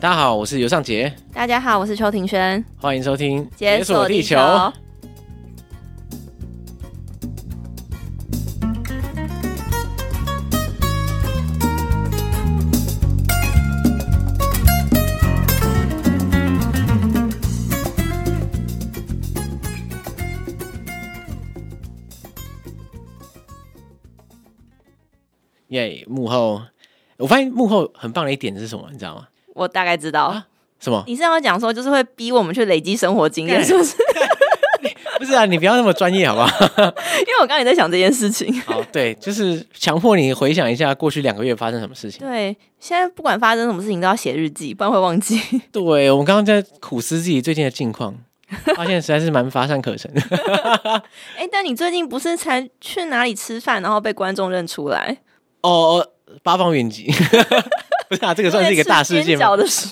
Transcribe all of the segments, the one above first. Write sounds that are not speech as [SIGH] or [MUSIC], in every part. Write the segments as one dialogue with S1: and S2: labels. S1: 大家好，我是尤尚杰，
S2: 大家好，我是邱庭轩，
S1: 欢迎收听《
S2: 解锁地球》。
S1: 耶幕后，我发现幕后很棒的一点是什么？你知道吗？
S2: 我大概知道，
S1: 啊什
S2: [LAUGHS]
S1: 么？
S2: 你是要讲说就是会逼我们去累积生活经验，
S1: 对
S2: 是不是？ [LAUGHS]
S1: 不是啊，你不要那么专业好不好？
S2: 因为我刚才在想这件事情。
S1: 好，对，就是强迫你回想一下过去两个月发生什么事情。
S2: 对，现在不管发生什么事情都要写日记，不然会忘记。 [LAUGHS]
S1: 对，我们刚刚在苦思自己最近的近况，发现实在是蛮乏善可陈的。
S2: 哎、但你最近不是才去哪里吃饭，然后被观众认出来？
S1: 哦，哦八方云
S2: [LAUGHS]
S1: 集，不是啊，这个算是一个大事件
S2: 在吃煎饺
S1: 吗？
S2: 的时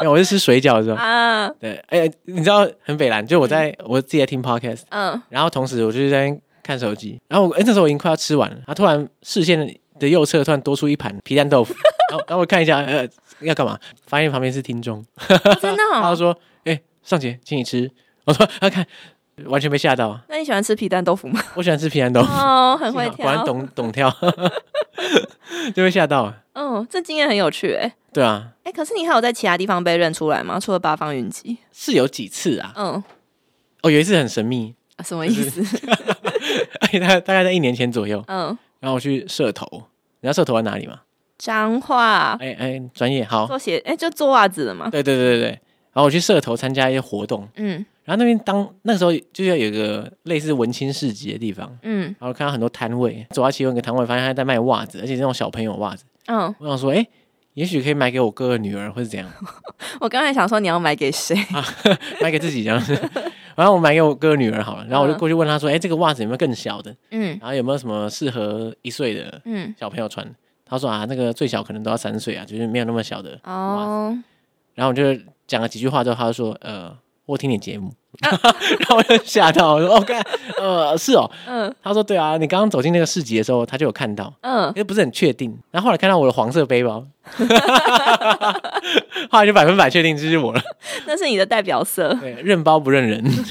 S1: 没有，我是吃水饺的时
S2: 候
S1: 候。
S2: 啊，
S1: 对，哎、你知道很北蓝，就我在、我自己在听 podcast， [LAUGHS]
S2: 嗯，
S1: 然后同时我就是在那边看手机，然后我、哎那时候我已经快要吃完了，然后突然视线的右侧突然多出一盘皮蛋豆腐， [LAUGHS] 然后然后我看一下，呃，要干嘛？发现旁边是听众，
S2: 真的
S1: 他
S2: 哦、
S1: 就说：“哎、尚杰，请你吃。”我说：“ [LAUGHS] 啊，看，完全被吓到，
S2: 那你喜欢吃皮蛋豆
S1: [LAUGHS]
S2: 腐吗？
S1: 我喜欢吃皮蛋豆腐，
S2: 哦， [LAUGHS] 很会
S1: 果然
S2: 挑。
S1: 懂懂挑， [LAUGHS] 就被吓到。
S2: 嗯，这经验很有趣哎、诶
S1: 对啊，
S2: 哎、可是你还有在其他地方被认出来吗？除了八方云集，
S1: 是有几次啊？
S2: 嗯，
S1: 哦，有一次很神秘， [LAUGHS]
S2: 啊什么意思？
S1: 而且大概大概在一年前左右，
S2: 嗯，
S1: 然后我去社头，你知道社头在哪里吗？
S2: 彰化
S1: 哎哎，专业好，
S2: 做鞋，哎、就做袜子的嘛。
S1: [LAUGHS] 对对对对对。然后我去社头参加一些活动，
S2: 嗯
S1: 然后那边当那时候就是有一个类似文青市集的地方，
S2: 嗯
S1: 然后看到很多摊位，走到其中一个摊位，发现他在卖袜子，而且是那种小朋友袜子。
S2: 嗯，
S1: 我想说，哎、也许可以买给我哥哥女儿，或是怎样， [LAUGHS]
S2: 我刚才想说你要买给谁？
S1: 买给自己这样子。 [LAUGHS] 然后我买给我哥哥女儿好了，然后我就
S2: 嗯
S1: 过去问他说，哎、这个袜子有没有更小的？
S2: 嗯
S1: 然后有没有什么适合一岁的
S2: 嗯，
S1: 小朋友穿？他说啊，那个最小可能都要三岁啊，就是没有那么小的。
S2: 哦，
S1: 然后我就讲了几句话之后，他就说，呃，我听你节
S2: [LAUGHS]
S1: 目。然后我就吓到，我说：“哦，干，呃，是哦。”
S2: 嗯
S1: 他说：“对啊，你刚刚走进那个市集的时候，他就有看到，
S2: 嗯
S1: 因，为不是很确定。然后后来看到我的黄色背
S2: [LAUGHS]
S1: 包，后来就百分百确定这是
S2: [LAUGHS]
S1: 我了。
S2: 那是你的代表色。
S1: 对，认包不认人， [LAUGHS]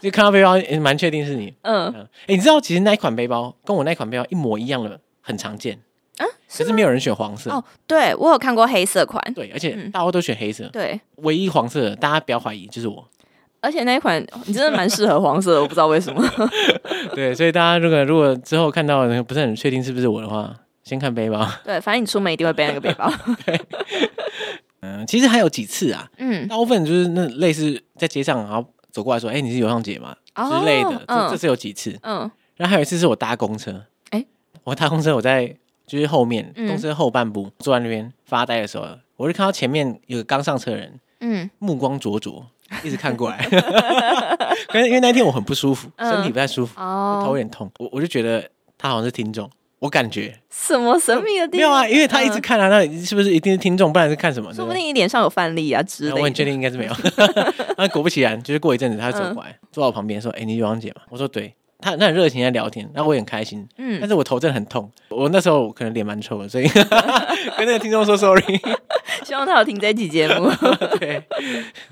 S1: 就看到背包诶蛮确定是你。
S2: 嗯
S1: 嗯，诶你知道其实那一款背包跟我那款背包一模一样的，很常见，
S2: 啊，
S1: 可
S2: 是
S1: 是
S2: 吗？
S1: 没有人选黄色。
S2: 哦，对我有看过黑色款，
S1: 对，而且
S2: 嗯
S1: 大家都选黑色，
S2: 对，
S1: 唯一黄色的，大家不要怀疑，就是我。
S2: 而且那一款你真的蛮适合黄色的，我不知道为什么。 [LAUGHS]
S1: [LAUGHS] 对，所以大家如果如果之后看到不是很确定是不是我的话，先看背包。
S2: 对，反正你出门一定会背那个
S1: [LAUGHS]
S2: 背包。
S1: 嗯，其实还有几次啊，
S2: 嗯，
S1: 大部分就是那类似在街上，然后走过来说：“哎、你是尤尚姐吗？”之类的。这
S2: 嗯
S1: 这是有几次。
S2: 嗯
S1: 然后还有一次是我搭公车，
S2: 哎
S1: 我搭公车，我在就是后面
S2: 嗯
S1: 公车后半部、坐在那边发呆的时候，我就看到前面有个刚上车的人，
S2: 嗯
S1: 目光灼灼，一直看过来。 [LAUGHS] 可是因为那天我很不舒服，
S2: 嗯
S1: 身体不太舒服，头有
S2: 哦，
S1: 点痛，我我就觉得他好像是听众。我感觉
S2: 什么神秘的地方？
S1: 没有啊，因为他一直
S2: 嗯，
S1: 看啊，那你是不是一定是听众？不然是看什么？对
S2: 说
S1: 对
S2: 不定你脸上有范例啊之类
S1: 那
S2: 的。
S1: 我很确定应该是没
S2: [LAUGHS]
S1: 有。那果不其然，就是过一阵子，他就走过来，坐到我旁边说：“哎、你是王姐嘛？”我说：“对。”他那很热情在聊天，然后我也很开心，但
S2: 嗯，
S1: 是我头真的很痛。我那时候可能脸蛮臭的，所以 [LAUGHS] 跟那个听众说
S2: [LAUGHS]
S1: sorry。
S2: 希望他有听这期节
S1: [LAUGHS]
S2: 目。
S1: 对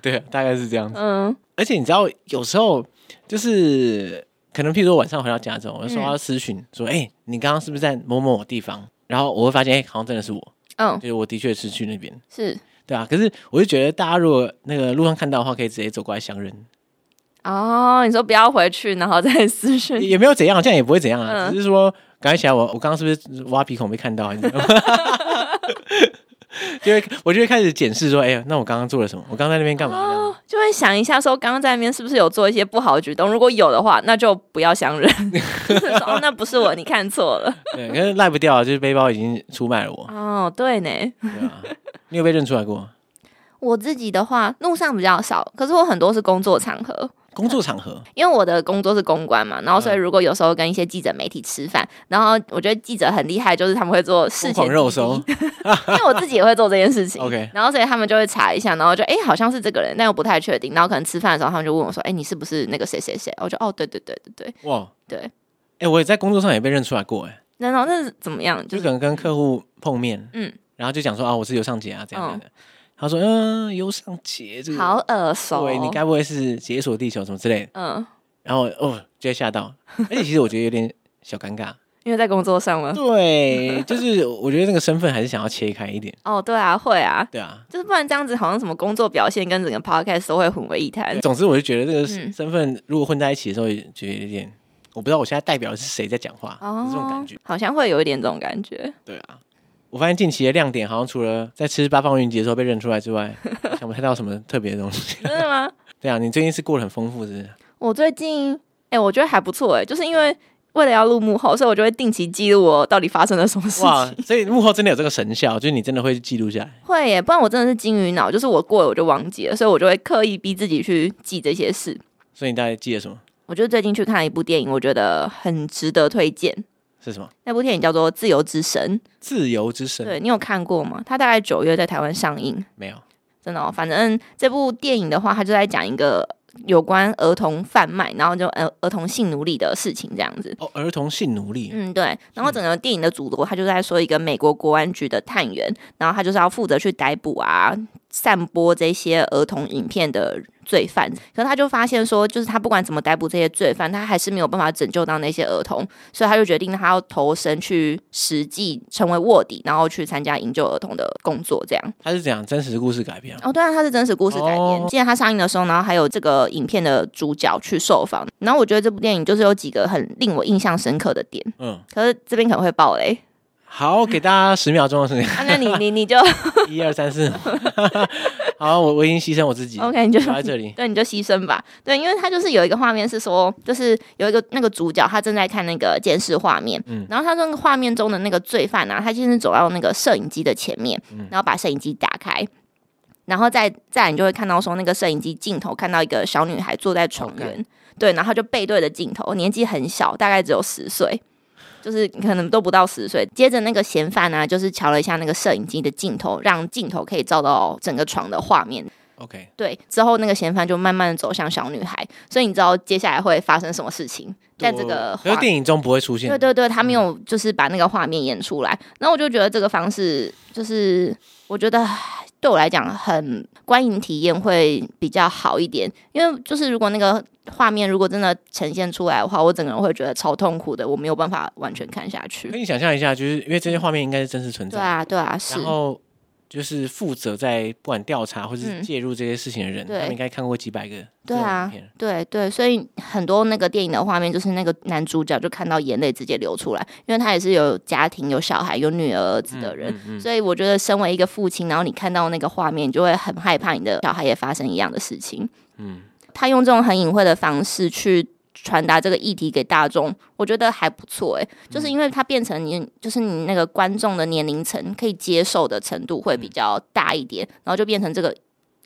S1: 对，大概是这样子。
S2: 嗯
S1: 而且你知道，有时候就是可能，譬如说晚上回到家之后，我
S2: 嗯
S1: 就收到私讯说：“哎、你刚刚是不是在某某某地方？”然后我会发现，哎、好像真的是我，
S2: 嗯，
S1: 就是我的确是去那边，
S2: 是
S1: 对啊。可是我就觉得，大家如果那个路上看到的话，可以直接走过来相认。
S2: 哦，你说不要回去，然后再私
S1: 也
S2: 讯。
S1: 也没有怎样，这样也不会怎样啊，
S2: 嗯
S1: 只是说感觉起来我我刚刚是不是挖鼻孔被看到啊？你知道吗？ [LAUGHS] 就会我就会开始检视说，哎呀，那我刚刚做了什么？我刚刚在那边干嘛？这样
S2: 哦，就会想一下，说刚刚在那边是不是有做一些不好的举动？如果有的话，那就不要相认。
S1: [LAUGHS]
S2: 就是说哦，那不是我，你看错了。
S1: 对，可是赖不掉啊，就是背包已经出卖了我，
S2: 哦，对呢，
S1: 对吧、你有被认出来过？
S2: 我自己的话，路上比较少，可是我很多是工作场合，
S1: 工作场合，
S2: 因为我的工作是公关嘛，然后所以
S1: 嗯
S2: 如果有时候跟一些记者、媒体吃饭，然后我觉得记者很厉害，就是他们会做事
S1: 疯
S2: 前
S1: 狂肉搜，
S2: 因为我自己也会做这件事情。
S1: OK
S2: 然后所以他们就会查一下，然后就哎、诶好像是这个人，但又不太确定。然后可能吃饭的时候，他们就问我说：“哎、你是不是那个谁谁谁？”我就哦，对对对对对
S1: 哇！
S2: 对。
S1: 哎、我也在工作上也被认出来过、哎，
S2: 然后那是怎么样？就
S1: 就是可能跟客户碰面，
S2: 嗯哦
S1: 然后就讲说啊，我是尤尚杰啊，这样的、他说：“嗯，优尚杰这个，
S2: 好呃耳熟。
S1: 对你该不会是解锁地球什么之类的
S2: 嗯，？”
S1: 然后哦，直接吓到，而且其实我觉得有点小尴尬。
S2: 因为在工作上了。
S1: 对，就是我觉得那个身份还是想要切开一点，
S2: 哦，对啊，会啊，
S1: 对啊。
S2: 就是不然这样子，好像什么工作表现跟整个 podcast 都会混为一谈。
S1: 总之，我就觉得这个
S2: 嗯
S1: 身份如果混在一起的时候，觉得有点，我不知道我现在代表的是谁在讲话，
S2: 哦
S1: 这种感觉。
S2: 好像会有一点这种感觉。
S1: 对啊，我发现近期的亮点好像除了在吃八方云集的时候被认出来之外，想不太到什么特别的东西。 [LAUGHS]
S2: 真的吗？
S1: 对啊，你最近是过得很丰富，是不是？
S2: 我最近，哎、我觉得还不错，哎，就是因为为了要录幕后，所以我就会定期记录我到底发生了什么事
S1: 哇
S2: 情。，
S1: 所以幕后真的有这个神效，就是你真的会记录下来。
S2: 会耶，不然我真的是金鱼脑，就是我过了我就忘记了，所以我就会刻意逼自己去记这些事。
S1: 所以你大概记得什么？
S2: 我就最近去看了一部电影，我觉得很值得推荐。
S1: 是什么？
S2: 那部电影叫做《自由之神》，
S1: 自由之神
S2: 对你有看过吗？它大概九月在台湾上映，
S1: 没有？
S2: 真的、哦。反正这部电影的话，它就在讲一个有关儿童贩卖，然后就儿儿童性奴隶的事情这样子。
S1: 哦，儿童性奴隶。
S2: 嗯，对。然后整个电影的主轴，他就在说一个美国国安局的探员，然后他就是要负责去逮捕啊、散播这些儿童影片的罪犯。可是他就发现说，就是他不管怎么逮捕这些罪犯，他还是没有办法拯救到那些儿童，所以他就决定他要投身去实际成为卧底，然后去参加营救儿童的工作，这样。
S1: 他是讲真实故事改编啊。
S2: 哦，对啊，它是真实故事改编。
S1: 哦
S2: 记得它上映的时候，然后还有这个影片的主角去受访。然后我觉得这部电影就是有几个很令我印象深刻的点，
S1: 嗯，
S2: 可是这边可能会爆雷。
S1: 好，给大家十秒钟的时
S2: [LAUGHS]
S1: 间，
S2: 啊，那你你你就
S1: 一二三四。 [LAUGHS] 好，我我已经牺牲我自己
S2: OK，你就
S1: 留在
S2: [LAUGHS]
S1: 这里。
S2: 对你就牺牲吧。对，因为他就是有一个画面是说，就是有一个那个主角他正在看那个监视画面，
S1: 嗯
S2: 然后他那个画面中的那个罪犯啊，他就是走到那个摄影机的前面，
S1: 嗯
S2: 然后把摄影机打开。然后再再来你就会看到说那个摄影机镜头看到一个小女孩坐在床缘
S1: OK
S2: 对，然后她就背对着镜头，年纪很小，大概只有十岁，就是可能都不到十岁。接着那个嫌犯呢、就是瞧了一下那个摄影机的镜头，让镜头可以照到整个床的画面，
S1: OK，
S2: 对，之后那个嫌犯就慢慢的走向小女孩，所以你知道接下来会发生什么事情，在这个
S1: 可
S2: 画
S1: 是电影中不会出现
S2: 对。对对，他没有就是把那个画面演出来，然后我就觉得这个方式就是我觉得唉对我来讲很观影体验会比较好一点，因为就是如果那个画面如果真的呈现出来的话，我整个人会觉得超痛苦的，我没有办法完全看下
S1: 可
S2: 去。
S1: 以想象一下，就是因为哎这些画面应该是真实存
S2: 对
S1: 在，
S2: 啊，对啊，是
S1: 然，后就是负责在不管调查或
S2: 嗯
S1: 是介入这些事情的人，
S2: 对
S1: 他们应该看过几百个
S2: 对
S1: 这种
S2: 啊
S1: 影片，
S2: 对对，所以很多那个电影的画面，就是那个男主角就看到眼泪直接流出来，因为他也是有家庭、有小孩、有女儿、儿子
S1: 嗯
S2: 的人，
S1: 嗯嗯
S2: 所以我觉得身为一个父亲，然后你看到那个画面，你就会很害怕你的小孩也发生一样的事情。
S1: 嗯，
S2: 他用这种很隐晦的方式去传达这个议题给大众，我觉得还不错诶、欸
S1: 嗯
S2: 就是因为它变成你，就是你那个观众的年龄层可以接受的程度会
S1: 嗯
S2: 比较大一点，然后就变成这个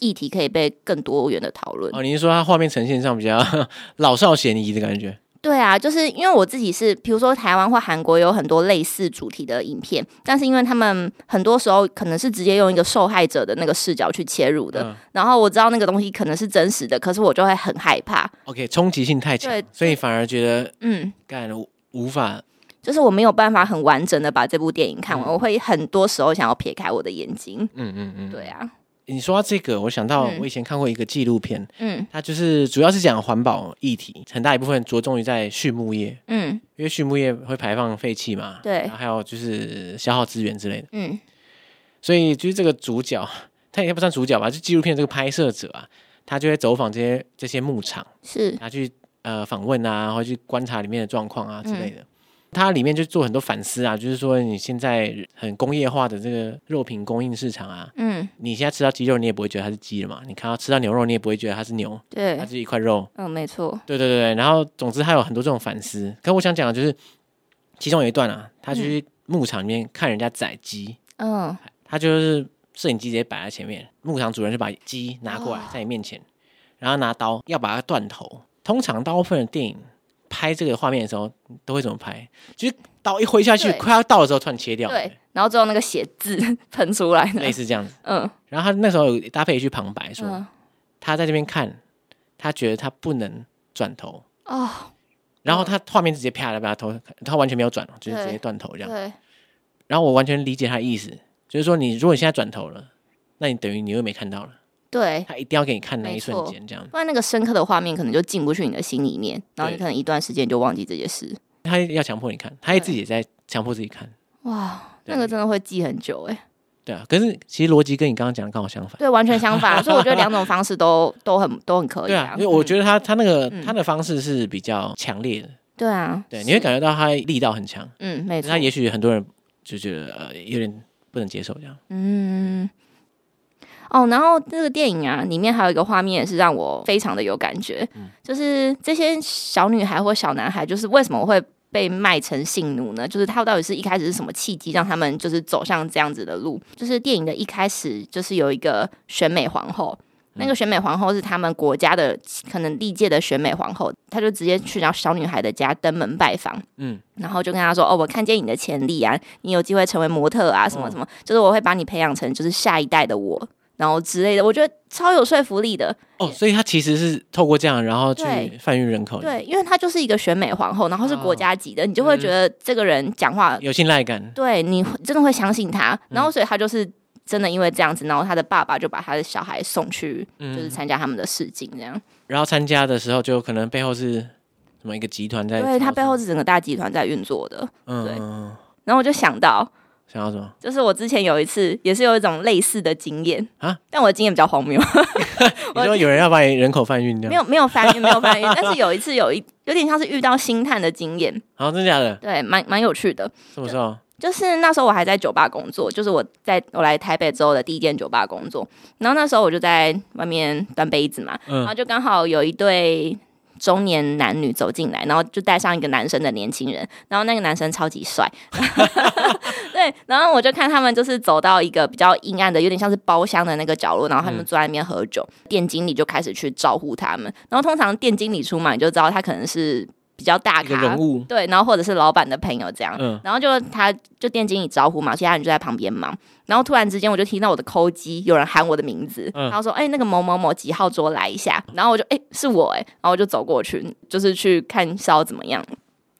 S2: 议题可以被更多元的讨论。
S1: 哦，你是说它画面呈现上比较 [LAUGHS] 老少咸宜的感觉？
S2: 对啊，就是因为我自己是，比如说台湾或韩国有很多类似主题的影片，但是因为他们很多时候可能是直接用一个受害者的那个视角去切入的，
S1: 嗯
S2: 然后我知道那个东西可能是真实的，可是我就会很害怕，
S1: ，OK，冲击性太强
S2: 对，
S1: 所以反而觉得
S2: 嗯，
S1: 干无无法。
S2: 就是我没有办法很完整的把这部电影看完，
S1: 嗯
S2: 我会很多时候想要撇开我的眼睛。
S1: 嗯嗯嗯，
S2: 对。啊，
S1: 你说到这个，我想到
S2: 嗯
S1: 我以前看过一个纪录片，
S2: 嗯
S1: 它就是主要是讲环保议题，很大一部分着重于在畜牧业，
S2: 嗯
S1: 因为畜牧业会排放废气嘛，
S2: 对
S1: 然后还有就是消耗资源之类的。
S2: 嗯，
S1: 所以就是这个主角， [LAUGHS] 他也不算主角吧，就纪录片这个拍摄者啊，他就会走访这些这些牧场，
S2: 是，
S1: 他去呃访问啊，然后去观察里面的状况啊
S2: 嗯
S1: 之类的。它里面就做很多反思啊，就是说你现在很工业化的这个肉品供应市场啊，
S2: 嗯
S1: 你现在吃到鸡肉，你也不会觉得它是鸡了嘛；你看到吃到牛肉，你也不会觉得它是牛，它
S2: 对，
S1: 是一块肉。
S2: 嗯没错，
S1: 对对对，对然后总之还有很多这种反思。可我想讲的就是，其中有一段啊，他去牧场里面看人家宰鸡，
S2: 嗯
S1: 他就是摄影机直接摆在前面，牧场主人就把鸡拿过来
S2: 哦
S1: 在你面前，然后拿刀要把它断头。通常大部分的电影拍这个画面的时候都会怎么拍？就是刀一挥下去，
S2: 对
S1: 快要到的时候突然切掉，
S2: 对，然后最后那个血字 [LAUGHS] 喷出来
S1: 类
S2: 的，
S1: 似这样子。
S2: 嗯
S1: 然后他那时候有搭配一句旁白说，
S2: 嗯
S1: 他在这边看，他觉得他不能转头，
S2: 哦，
S1: 然后他画面直接啪的把他头，他完全没有转，就是直接断头这样。
S2: 对。
S1: 然后我完全理解他的意思，就是说你如果你现在转头了，那你等于你又没看到了。
S2: 对，
S1: 他一定要给你看那一
S2: 没
S1: 瞬
S2: 错
S1: 间，这样。
S2: 不然那个深刻的画面可能就进不去你的心里面，然后你
S1: 对
S2: 可能一段时间就忘记这件事。
S1: 他要强迫你看，他自己也在强迫自己看。
S2: 哇，
S1: 对
S2: 那个真的会记很久 [LAUGHS] 哎、
S1: 对啊，可是其实逻辑跟你刚刚讲的刚好相反。
S2: 对，完全相反，所以我觉得两种方式都都很都很可以
S1: 对啊，因为我
S2: 得、
S1: 觉得他他那个
S2: 嗯
S1: 他的方式是比较强烈的，
S2: 嗯对啊，
S1: 对，你会感觉到他力道很强。
S2: 嗯，没错
S1: 那，也许很多人就觉得呃有点不能接受这样。
S2: 嗯。哦，然后这个电影啊，里面还有一个画面也是让我非常的有感觉，就是这些小女孩或小男孩，就是为什么会被卖成性奴呢？就是他到底是一开始是什么契机让他们就是走上这样子的路？就是电影的一开始，就是有一个选美皇后。那个选美皇后是他们国家的可能历届的选美皇后，她就直接去到小女孩的家登门拜访，
S1: 嗯，
S2: 然后就跟她说：“哦，我看见你的潜力啊，你有机会成为模特
S1: 嗯
S2: 啊，什么什么，就是我会把你培养成就是下一代的我，然后之类的。”我觉得超有说服力的，
S1: 哦，所以他其实是透过这样，然后去
S2: 对
S1: 贩运人口，，
S2: 对，因为她就是一个选美皇后，然后是国家级的，你就会
S1: 哦嗯
S2: 觉得这个人讲话
S1: 有嗯信赖感。
S2: 对你会真的会相信他，然后所以他就是真的因为这样子，然后他的爸爸就把他的小孩送去，
S1: 嗯
S2: 就是参加他们的试镜这样。
S1: 然后参加的时候，就可能背后是什么一个集团在操纵，
S2: 对他背后是整个大集团在运作的。
S1: 嗯，
S2: 对
S1: 嗯嗯
S2: 然后我就想到，
S1: 想要什么？
S2: 就是我之前有一次也是有一种类似的经验
S1: 啊，
S2: 但我的经验比较荒谬，
S1: 你说有人要把你人口贩运掉
S2: 没？有没有翻运，没有翻运，但是有一次有一有点像是遇到星探的经验，
S1: 好，真假的？
S2: 对，蛮蛮有趣的。
S1: 什么时候？
S2: 就是那时候我还在酒吧工作，就是我在我来台北之后的第一间酒吧工作。然后那时候我就在外面端杯子嘛，
S1: 嗯
S2: 然后就刚好有一对中年男女走进来，然后就带上一个男生的年轻人，然后那个男生超级帅， [LAUGHS] 对，然后我就看他们就是走到一个比较阴暗的，有点像是包厢的那个角落，然后
S1: 嗯
S2: 他们坐在那边喝酒，店经理就开始去招呼他们。然后通常店经理出马，你就知道他可能是比较大
S1: 一个
S2: 咖
S1: 人物，
S2: 对，然后或者是老板的朋友这样。
S1: 嗯，
S2: 然后就他就店经理招呼嘛，其他人就在旁边忙。然后突然之间，我就听到我的扣机有人喊我的名字，
S1: 嗯
S2: 然后说：“哎、那个某某某几号桌来一下。”然后我就：“哎、是我哎、然后我就走过去，就是去看是要怎么样。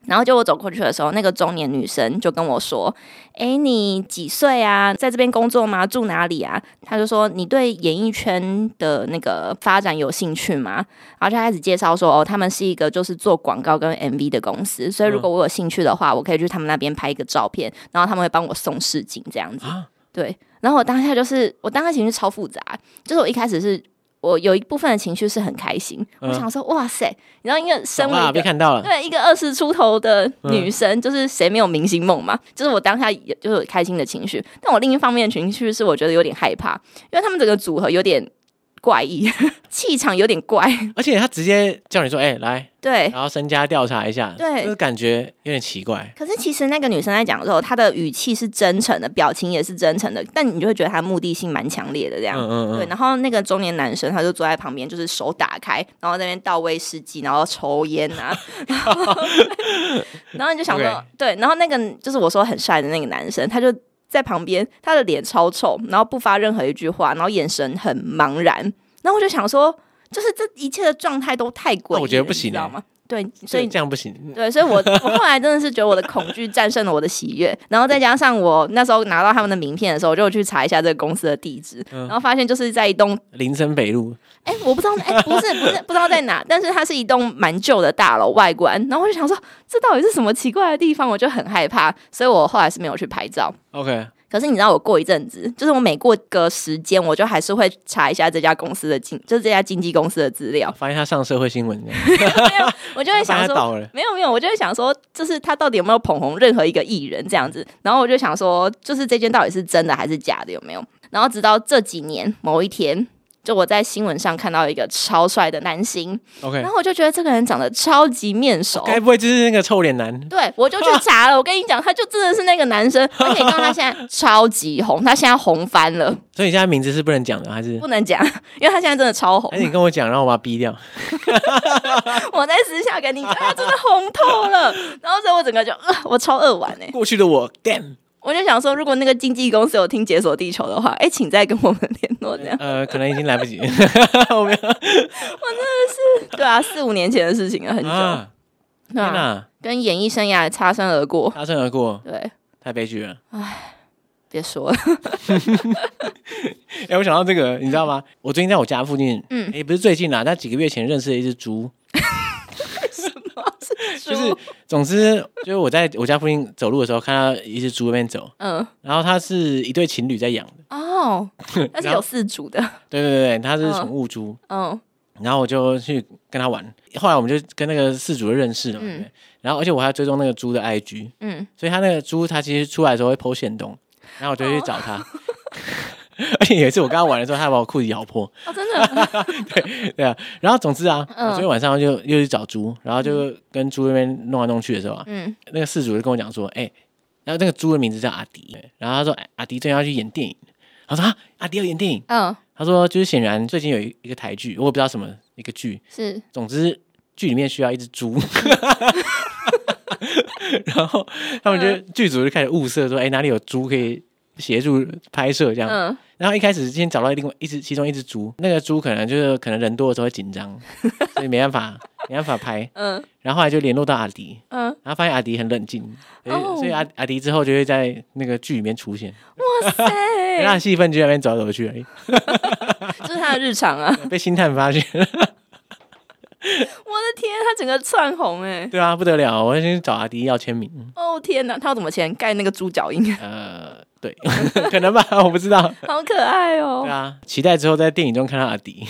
S2: 然后就我走过去的时候，那个中年女生就跟我说：“哎，你几岁啊？在这边工作吗？住哪里啊？”她就说：“你对演艺圈的那个发展有兴趣吗？”然后就开始介绍说：“哦，他们是一个就是做广告跟 MV 的公司，
S1: 嗯
S2: 所以如果我有兴趣的话，我可以去他们那边拍一个照片，然后他们会帮我送试镜这样子。
S1: 啊
S2: 对，然后我当下就是我当下情绪超复杂，就是我一开始是。我有一部分的情绪是很开心，我
S1: 嗯
S2: 想说哇塞，然后因为身为
S1: 爽啦
S2: 一
S1: 被嗯
S2: 个
S1: 看到了，
S2: 对，一个二十出头的女生，就是谁没有明星梦嘛？就是我当下也就是有开心的情绪，但我另一方面的情绪是我觉得有点害怕，因为他们整个组合有点怪异， [LAUGHS] 气场有点怪，
S1: 而且他直接叫你说，哎，来，
S2: 对。
S1: 然后身家调查一下，
S2: 对
S1: 就是感觉有点奇怪。
S2: 可是其实那个女生在讲的时候，她的语气是真诚的，表情也是真诚的，但你就会觉得她目的性蛮强烈的这样。
S1: 嗯嗯
S2: 对，
S1: 嗯，
S2: 然后那个中年男生他就坐在旁边，就是手打开，然后在那边倒威士忌，然后抽烟啊， [LAUGHS] 然后然后你就想说
S1: OK
S2: 对，然后那个就是我说很帅的那个男生，他就在旁边，他的脸超臭，然后不发任何一句话，然后眼神很茫然，然后我就想说，就是这一切的状态都太诡异了，
S1: 那我觉得不行
S2: 你知道
S1: 欸
S2: 吗？对，所
S1: 所
S2: 以
S1: 以这样不行。
S2: [LAUGHS] 对，所以我我后来真的是觉得我的恐惧战胜了我的喜悦，然后再加上我那时候拿到他们的名片的时候，我就去查一下这个公司的地址，
S1: 嗯
S2: 然后发现就是在一栋，
S1: 林森北路，
S2: 哎、我不知道，哎、不是不是不知道在哪，但是它是一栋蛮旧的大楼外观，然后我就想说这到底是什么奇怪的地方，我就很害怕，所以我后来是没有去拍照。
S1: OK，
S2: 可是你知道，我过一阵子，就是我每过个时间，我就还是会查一下这家公司的经，就是这家经纪公司的资料，
S1: 发现他上社会新闻这样，
S2: 我就会
S1: 发
S2: 哦想
S1: 现他
S2: 说，
S1: 倒了。
S2: 没有没有，我就会想说，就是他到底有没有捧红任何一个艺人这样子？然后我就想说，就是这件到底是真的还是假的，有没有？然后直到这几年某一天，就我在新闻上看到一个超帅的男星，
S1: OK，
S2: 然后我就觉得这个人长得超级面熟。
S1: 该不会就是那个臭脸男？
S2: 对，我就去查了。我跟你讲，他就真的是那个男生，而且你知道他现在超级红，他现在红翻了，
S1: 所以你现在名字是不能讲的，还是
S2: 不能讲，因为他现在真的超红
S1: 还。是你跟我讲，然后我把他逼掉？
S2: 我在私下跟你讲，他真的红透了。然后所以我整个就，呃、我超扼腕哎、
S1: 过去的我，damn，
S2: 我就想说，如果那个经纪公司有听《解锁地球》的话，哎、请再跟我们联络。这样
S1: 呃，可能已经来不及
S2: 对啊，四五年前的事情了，很久，
S1: 啊！
S2: 对
S1: 天
S2: 啊，
S1: 哪，
S2: 跟演艺生涯擦身而过。
S1: 擦身而过，
S2: 对，
S1: 太悲剧了。
S2: 别说了，
S1: 哎、我想到这个，你知道吗？我最近在我家附近，
S2: 嗯
S1: 也、不是最近啦，但几个月前认识了一只猪， [LAUGHS] 就是
S2: 猪
S1: 总之就是我在我家附近走路的时候，看到一只猪在那边走，
S2: 嗯
S1: 然后它是一对情侣在养的， [LAUGHS]
S2: 哦，那是
S1: 然后
S2: 有四主的，
S1: 对对对，它是
S2: 嗯
S1: 宠物猪，
S2: 嗯
S1: 然后我就去跟它玩，后来我们就跟那个饲主就认识了嘛，
S2: 嗯
S1: 对然后而且我还要追踪那个猪的 IG，
S2: 嗯，
S1: 所以它那个猪它其实出来的时候会剖线洞，然后我就去找它。而且有一次我跟它玩的时候，它把我裤子咬破，
S2: 哦，真
S1: [LAUGHS]
S2: 的，
S1: 对啊，然后总之啊，
S2: 嗯
S1: 我昨天晚上就又去找猪，然后就跟猪那边弄来弄去的时候啊，
S2: 嗯
S1: 那个事主就跟我讲说，哎、然后那个猪的名字叫阿迪，然后他说哎阿迪正要去演电影，他说啊，阿迪要演电影，
S2: 嗯，
S1: 他说就是显然最近有一一个台剧，我也不知道什么一个剧，
S2: 是
S1: 总之剧里面需要一只
S2: [LAUGHS]
S1: 猪。然后他们
S2: 嗯
S1: 就剧组就开始物色说，哎、哪里有猪可以协助拍摄这样。 [LAUGHS]
S2: 嗯
S1: 然后一开始先找到另外一只，其中一只猪，那个猪可能就是可能人多的时候会紧张，
S2: [LAUGHS]
S1: 所以没办法，没办法拍。
S2: 嗯
S1: 然后后来就联络到阿迪，
S2: 嗯，
S1: 然后发现阿迪很冷静，所以、
S2: 哦
S1: 所以阿阿迪之后就会在那个剧里面出现，
S2: 哇
S1: 那他
S2: 塞，
S1: 的戏份就在那边走来走去而已，
S2: 这是他的日常
S1: [LAUGHS]
S2: 啊！
S1: 被星探发现，
S2: 我的天，他整个窜红哎！
S1: 对啊，不得了，我先去找阿迪要签名，
S2: 哦天哪，他要怎么签？盖那个猪脚印，
S1: 呃，对， [LAUGHS] 可能吧，我不知道，
S2: 好可爱
S1: 对
S2: 哦！
S1: 啊，期待之后在电影中看到阿迪，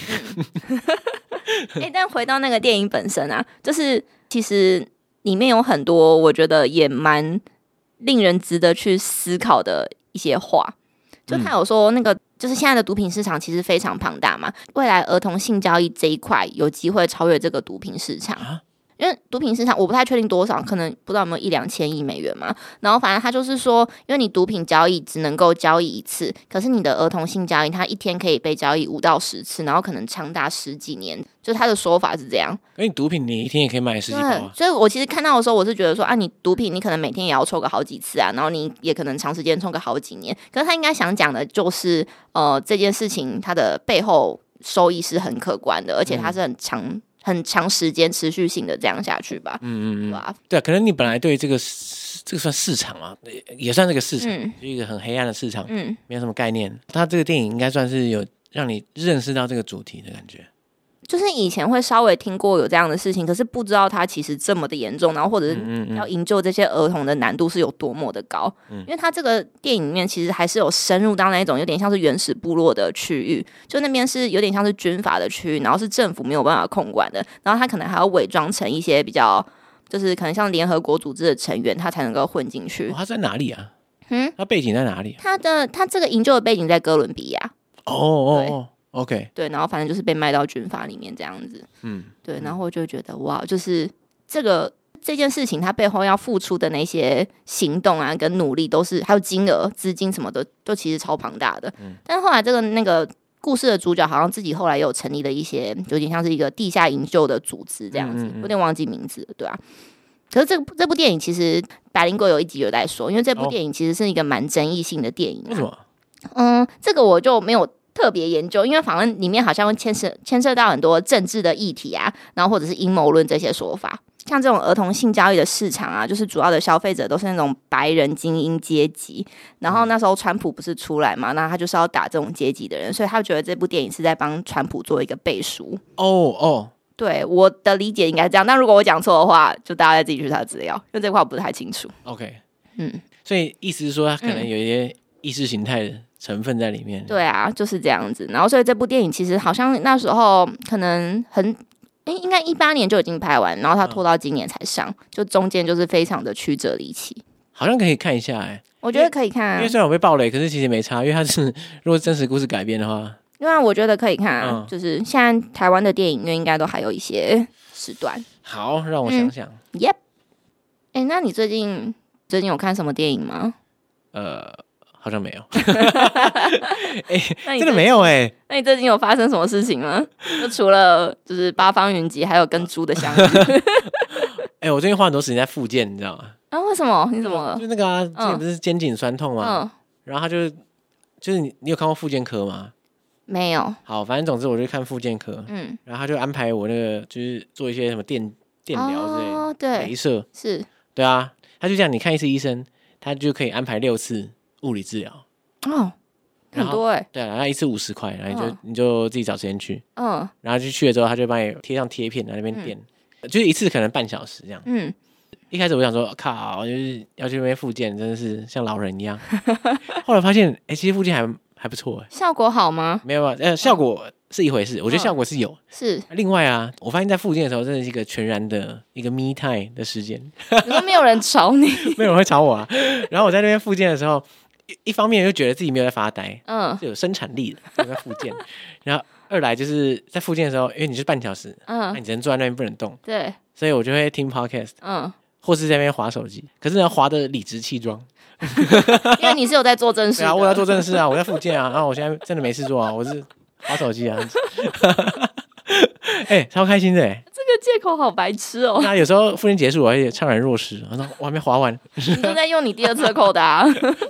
S1: [LAUGHS]
S2: 哎、但回到那个电影本身啊，就是其实里面有很多我觉得也蛮令人值得去思考的一些话。就他有说，那个就是现在的毒品市场其实非常庞大嘛，未来儿童性交易这一块有机会超越这个毒品市场
S1: 啊。
S2: 因为毒品市场我不太确定多少，可能不知道有没有一两千亿美元嘛。然后反正他就是说，因为你毒品交易只能够交易一次，可是你的儿童性交易，它一天可以被交易五到十次，然后可能长达十几年。就他的说法是这样，
S1: 因为毒品你一天也可以买十几包
S2: 对
S1: 啊，，
S2: 所以我其实看到的时候，我是觉得说啊，你毒品你可能每天也要抽个好几次啊，然后你也可能长时间抽个好几年。可是他应该想讲的就是，呃，这件事情它的背后收益是很可观的，而且它是很长、很长时间持续性的这样下去吧，
S1: 嗯嗯
S2: 对
S1: 嗯，
S2: 吧？
S1: 对啊，可能你本来对这个市这个算市场啊，也也算这个市场，
S2: 嗯
S1: 就一个很黑暗的市场，
S2: 嗯，
S1: 没有什么概念，他这个电影应该算是有让你认识到这个主题的感觉。
S2: 就是以前会稍微听过有这样的事情，可是不知道它其实这么的严重，然后或者是
S1: 嗯嗯
S2: 要营救这些儿童的难度是有多么的高，因为它这个电影里面其实还是有深入到那一种有点像是原始部落的区域，就那边是有点像是军阀的区域，然后是政府没有办法控管的，然后他可能还要伪装成一些比较就是可能像联合国组织的成员，他才能够混进
S1: 嗯，
S2: 去
S1: 哦。他在哪里啊？
S2: 嗯，
S1: 他背景在哪里、啊？
S2: 他的他这个营救的背景在哥伦比亚，
S1: 哦哦哦，OK，
S2: 对，然后反正就是被卖到军阀里面这样子。
S1: 嗯，
S2: 对，然后我就觉得哇，就是这个这件事情，它背后要付出的那些行动啊，跟努力都是，还有金额、资金什么的，都其实超庞大的。
S1: 嗯
S2: 但是后来这个那个故事的主角好像自己后来也有成立了一些，有点像是一个地下营救的组织这样子，
S1: 嗯嗯嗯
S2: 有点忘记名字了，对啊。可是这部这部电影其实百灵果有一集有在说，因为这部
S1: 哦
S2: 电影其实是一个蛮争议性的电影、啊。
S1: 为什么？
S2: 嗯，这个我就没有特别研究，因为反正里面好像会牵涉牵涉到很多政治的议题啊，然后或者是阴谋论这些说法。像这种儿童性交易的市场啊，就是主要的消费者都是那种白人精英阶级。然后那时候川普不是出来嘛，那他就是要打这种阶级的人，所以他觉得这部电影是在帮川普做一个背书。
S1: 哦哦，
S2: 对我的理解应该是这样，但如果我讲错的话，就大家再自己去查资料，因为这块我不太清楚。
S1: OK，
S2: 嗯，
S1: 所以意思是说，他可能有一些意识形态的成分在里面。
S2: 对啊，就是这样子。然后所以这部电影其实好像那时候可能很。诶应该一八年就已经拍完，然后他拖到今年才上，就中间就是非常的曲折离奇。
S1: 好像可以看一下哎、
S2: 我觉得可以看、
S1: 因
S2: 啊
S1: 为，虽然我被暴雷，可是其实没差，因为它是如果是真实故事改编的话，
S2: 因为我觉得可以看、啊
S1: 嗯
S2: 就是现在台湾的电影院应该都还有一些时段。
S1: 好，让我想想，
S2: Yep，哎、那你最近最近有看什么电影 [LAUGHS] 吗？
S1: 呃，好像没有，
S2: 那
S1: 真
S2: 你
S1: 的
S2: 最
S1: 没有哎、
S2: 那你最近有发生什么事情吗？就除了就是八方云集，还有跟猪的相遇。 [LAUGHS]
S1: 哎、我最近花很多时间在复健，你知道吗？
S2: 啊，为什么？你怎么了
S1: 就？是那个啊，之前不是肩颈酸痛吗？
S2: 嗯，
S1: 然后他就就是你，你有看过复健科吗？
S2: 没有。
S1: 好，反正总之我就看复健科，
S2: 嗯，
S1: 然后他就安排我那个就是做一些什么电电疗之类的，
S2: 哦，
S1: 镭
S2: 对，
S1: 射，
S2: 是
S1: 对啊，他就这样，你看一次医生，他就可以安排六次物理治疗，
S2: 哦，很
S1: 然后
S2: 多哎、
S1: 对啊，然后一次五十块，然后你就、
S2: 嗯
S1: 你就自己找时间去，
S2: 嗯
S1: 然后就去了之后，他就帮你贴上贴片，然后那边垫，就是一次可能半小时这样。
S2: 嗯，
S1: 一开始我想说，靠，就是要去那边复健，真的是像老人一样。 [LAUGHS] 后来发现，哎、其实复健还还不错，哎，
S2: 效果好吗？
S1: 没有啊，呃，效果是一回事，我觉得
S2: 嗯
S1: 效果是有。
S2: 是，
S1: 另外啊，我发现在复健的时候，真的是一个全然的一个 me time 的时间， [LAUGHS]
S2: 你说没有人找你，
S1: 没有人会找我啊。然后我在那边复健的时候，一一方面又觉得自己没有在发呆，
S2: 嗯
S1: 是有生产力的，有在复健。然后二来就是在复健的时候，因为你是半小时，那
S2: 嗯，
S1: 哎你只能坐在那边不能动，
S2: 对，
S1: 所以我就会听 podcast
S2: 嗯，
S1: 或是在那边划手机，可是呢，划的理直气壮。
S2: 因为你是有在做正事
S1: 对
S2: 的，
S1: 啊，我要做正事啊，我在复健啊，然后我现在真的没事做啊，我是划手机啊。 [LAUGHS] 哎、超开心的、欸！
S2: 这个借口好白痴
S1: [LAUGHS]
S2: 哦，
S1: 那有时候复健结束，我也怅然若失。我说我还没划完，
S2: 你正在用你第二侧扣的啊，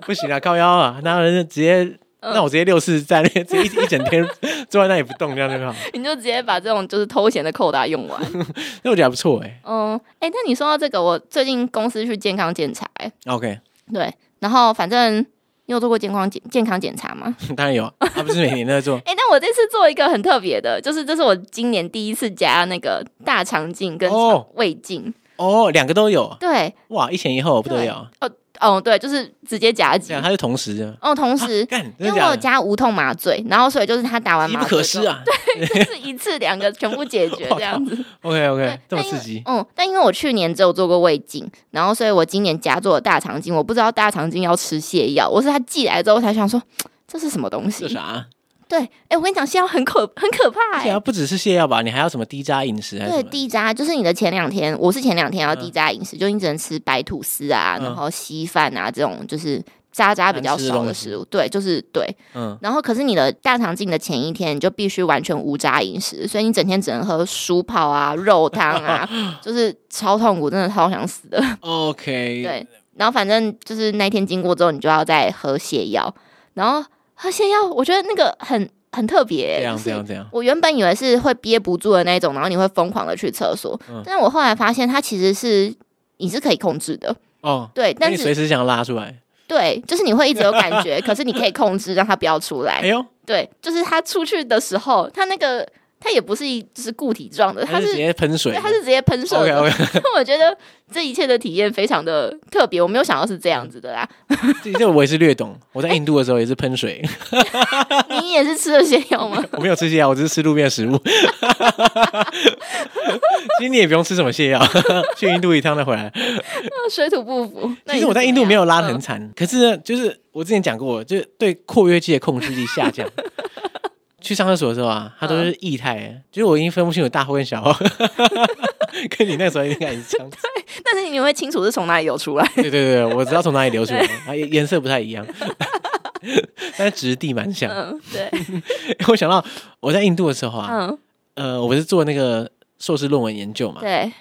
S1: 不行啊，靠腰啊，那我就直接，
S2: 嗯
S1: 那我直接六次在那边 [LAUGHS] 直接一一整天坐在那里不动，这样就好。
S2: 你就直接把这种就是偷闲的扣打用完。
S1: 那我觉得还不错哎、
S2: 嗯，哎、那你说到这个，我最近公司去健康检查、欸，
S1: OK，
S2: 对，然后反正你有做过健康检健康检查吗？
S1: 当然有啊，他不是每年都在做。
S2: 哎、但我这次做一个很特别的，就是这是我今年第一次加那个大肠镜跟
S1: 哦
S2: 肠胃镜，
S1: 哦，两个都有，
S2: 对，
S1: 哇，一前一后不得了，
S2: 哦，对，就是直接夹
S1: 这
S2: 击
S1: 啊样，它是同时的。啊
S2: 哦，同时。
S1: 干，真的
S2: 因为我
S1: 假
S2: 有
S1: 的？
S2: 加无痛麻醉，然后所以就是他打完
S1: 机
S2: 麻
S1: 不
S2: 醉
S1: 可
S2: 之
S1: 失
S2: 后，
S1: 啊
S2: [LAUGHS] 就是一次两个全部解决
S1: [LAUGHS] 哇靠
S2: 这样子。
S1: ！OK
S2: 对
S1: OK，这么
S2: 但因
S1: 刺
S2: 为
S1: 激，
S2: 嗯，但因为我去年只有做过胃镜，然后所以我今年加做了大肠镜，我不知道大肠镜要吃泻药，我是他寄来之后我才想说这是什么东
S1: 这
S2: 西。
S1: 啥？啊
S2: 对，哎、我跟你讲，泻药很可很可怕、
S1: 而
S2: 欸
S1: 且，它不只是泻药吧，你还要什么低渣饮食还是
S2: 对，
S1: 什么？
S2: 低渣就是你的前两天，我是前两天要
S1: 嗯
S2: 低渣饮食，就你只能吃白吐司啊，
S1: 嗯
S2: 然后稀饭啊这种就是渣渣比较
S1: 难吃的
S2: 少的
S1: 东西
S2: 食物。对，就是对。 [LAUGHS]
S1: 嗯，
S2: 然后可是你的大肠镜的前一天，你就必须完全无渣饮食，所以你整天只能喝蔬泡啊、肉汤
S1: [LAUGHS]
S2: 啊，就是超痛苦，真的超想死的。
S1: OK，
S2: 对，然后反正就是那天经过之后，你就要再喝泻药，然后喝泻药，我觉得那个很很特别、
S1: 这
S2: 欸，
S1: 样
S2: 就是
S1: 这样这样，
S2: 我原本以为是会憋不住的那一种，然后你会疯狂的去厕所，
S1: 嗯
S2: 但是我后来发现它其实是你是可以控制的，
S1: 哦，
S2: 对，
S1: 那
S2: 但
S1: 你随
S2: 是
S1: 时想拉出来，
S2: 对，就是你会一直有感觉，可是你可以控制让它不要出来
S1: 哎，呦，
S2: 对，就是它出去的时候，它那个它也不是一就是固体状的，它
S1: 还是直
S2: 是。
S1: 接喷水
S2: 对，它是直接喷射
S1: ？OK
S2: 的。
S1: OK，
S2: [LAUGHS] 我觉得这一切的体验非常的特别，我没有想到是这样子的啦。哎
S1: 这这我也是略懂，我在印度的时候也是喷水，
S2: 你也是吃了泻药吗？ [LAUGHS]
S1: 我没有吃泻药，我只是吃路边的食物。 [LAUGHS] 其实你也不用吃什么泻药，去印度一趟再回来。
S2: 水土不服。
S1: 其
S2: 那你
S1: 实
S2: 是
S1: 我在
S2: 怎
S1: 印
S2: 么
S1: 度没有
S2: 样
S1: 拉得
S2: 嗯
S1: 很惨，可是呢，就是我之前讲过，就是对括约肌的控制力下降。去上厕所的时候啊，它都是液态的，就是我已经分不清楚大号跟小号， [LAUGHS] 跟你那时候应该也是这样子。
S2: 但是你会清楚是从哪里流出来。
S1: 对对对，我知道从哪里流出来，啊颜颜色不太一 [LAUGHS] 样，但是质地蛮像。
S2: 嗯，对，
S1: [LAUGHS] 我想到我在印度的时候啊，
S2: 嗯，
S1: 呃，我不是做那个硕士论文研究嘛，
S2: 对，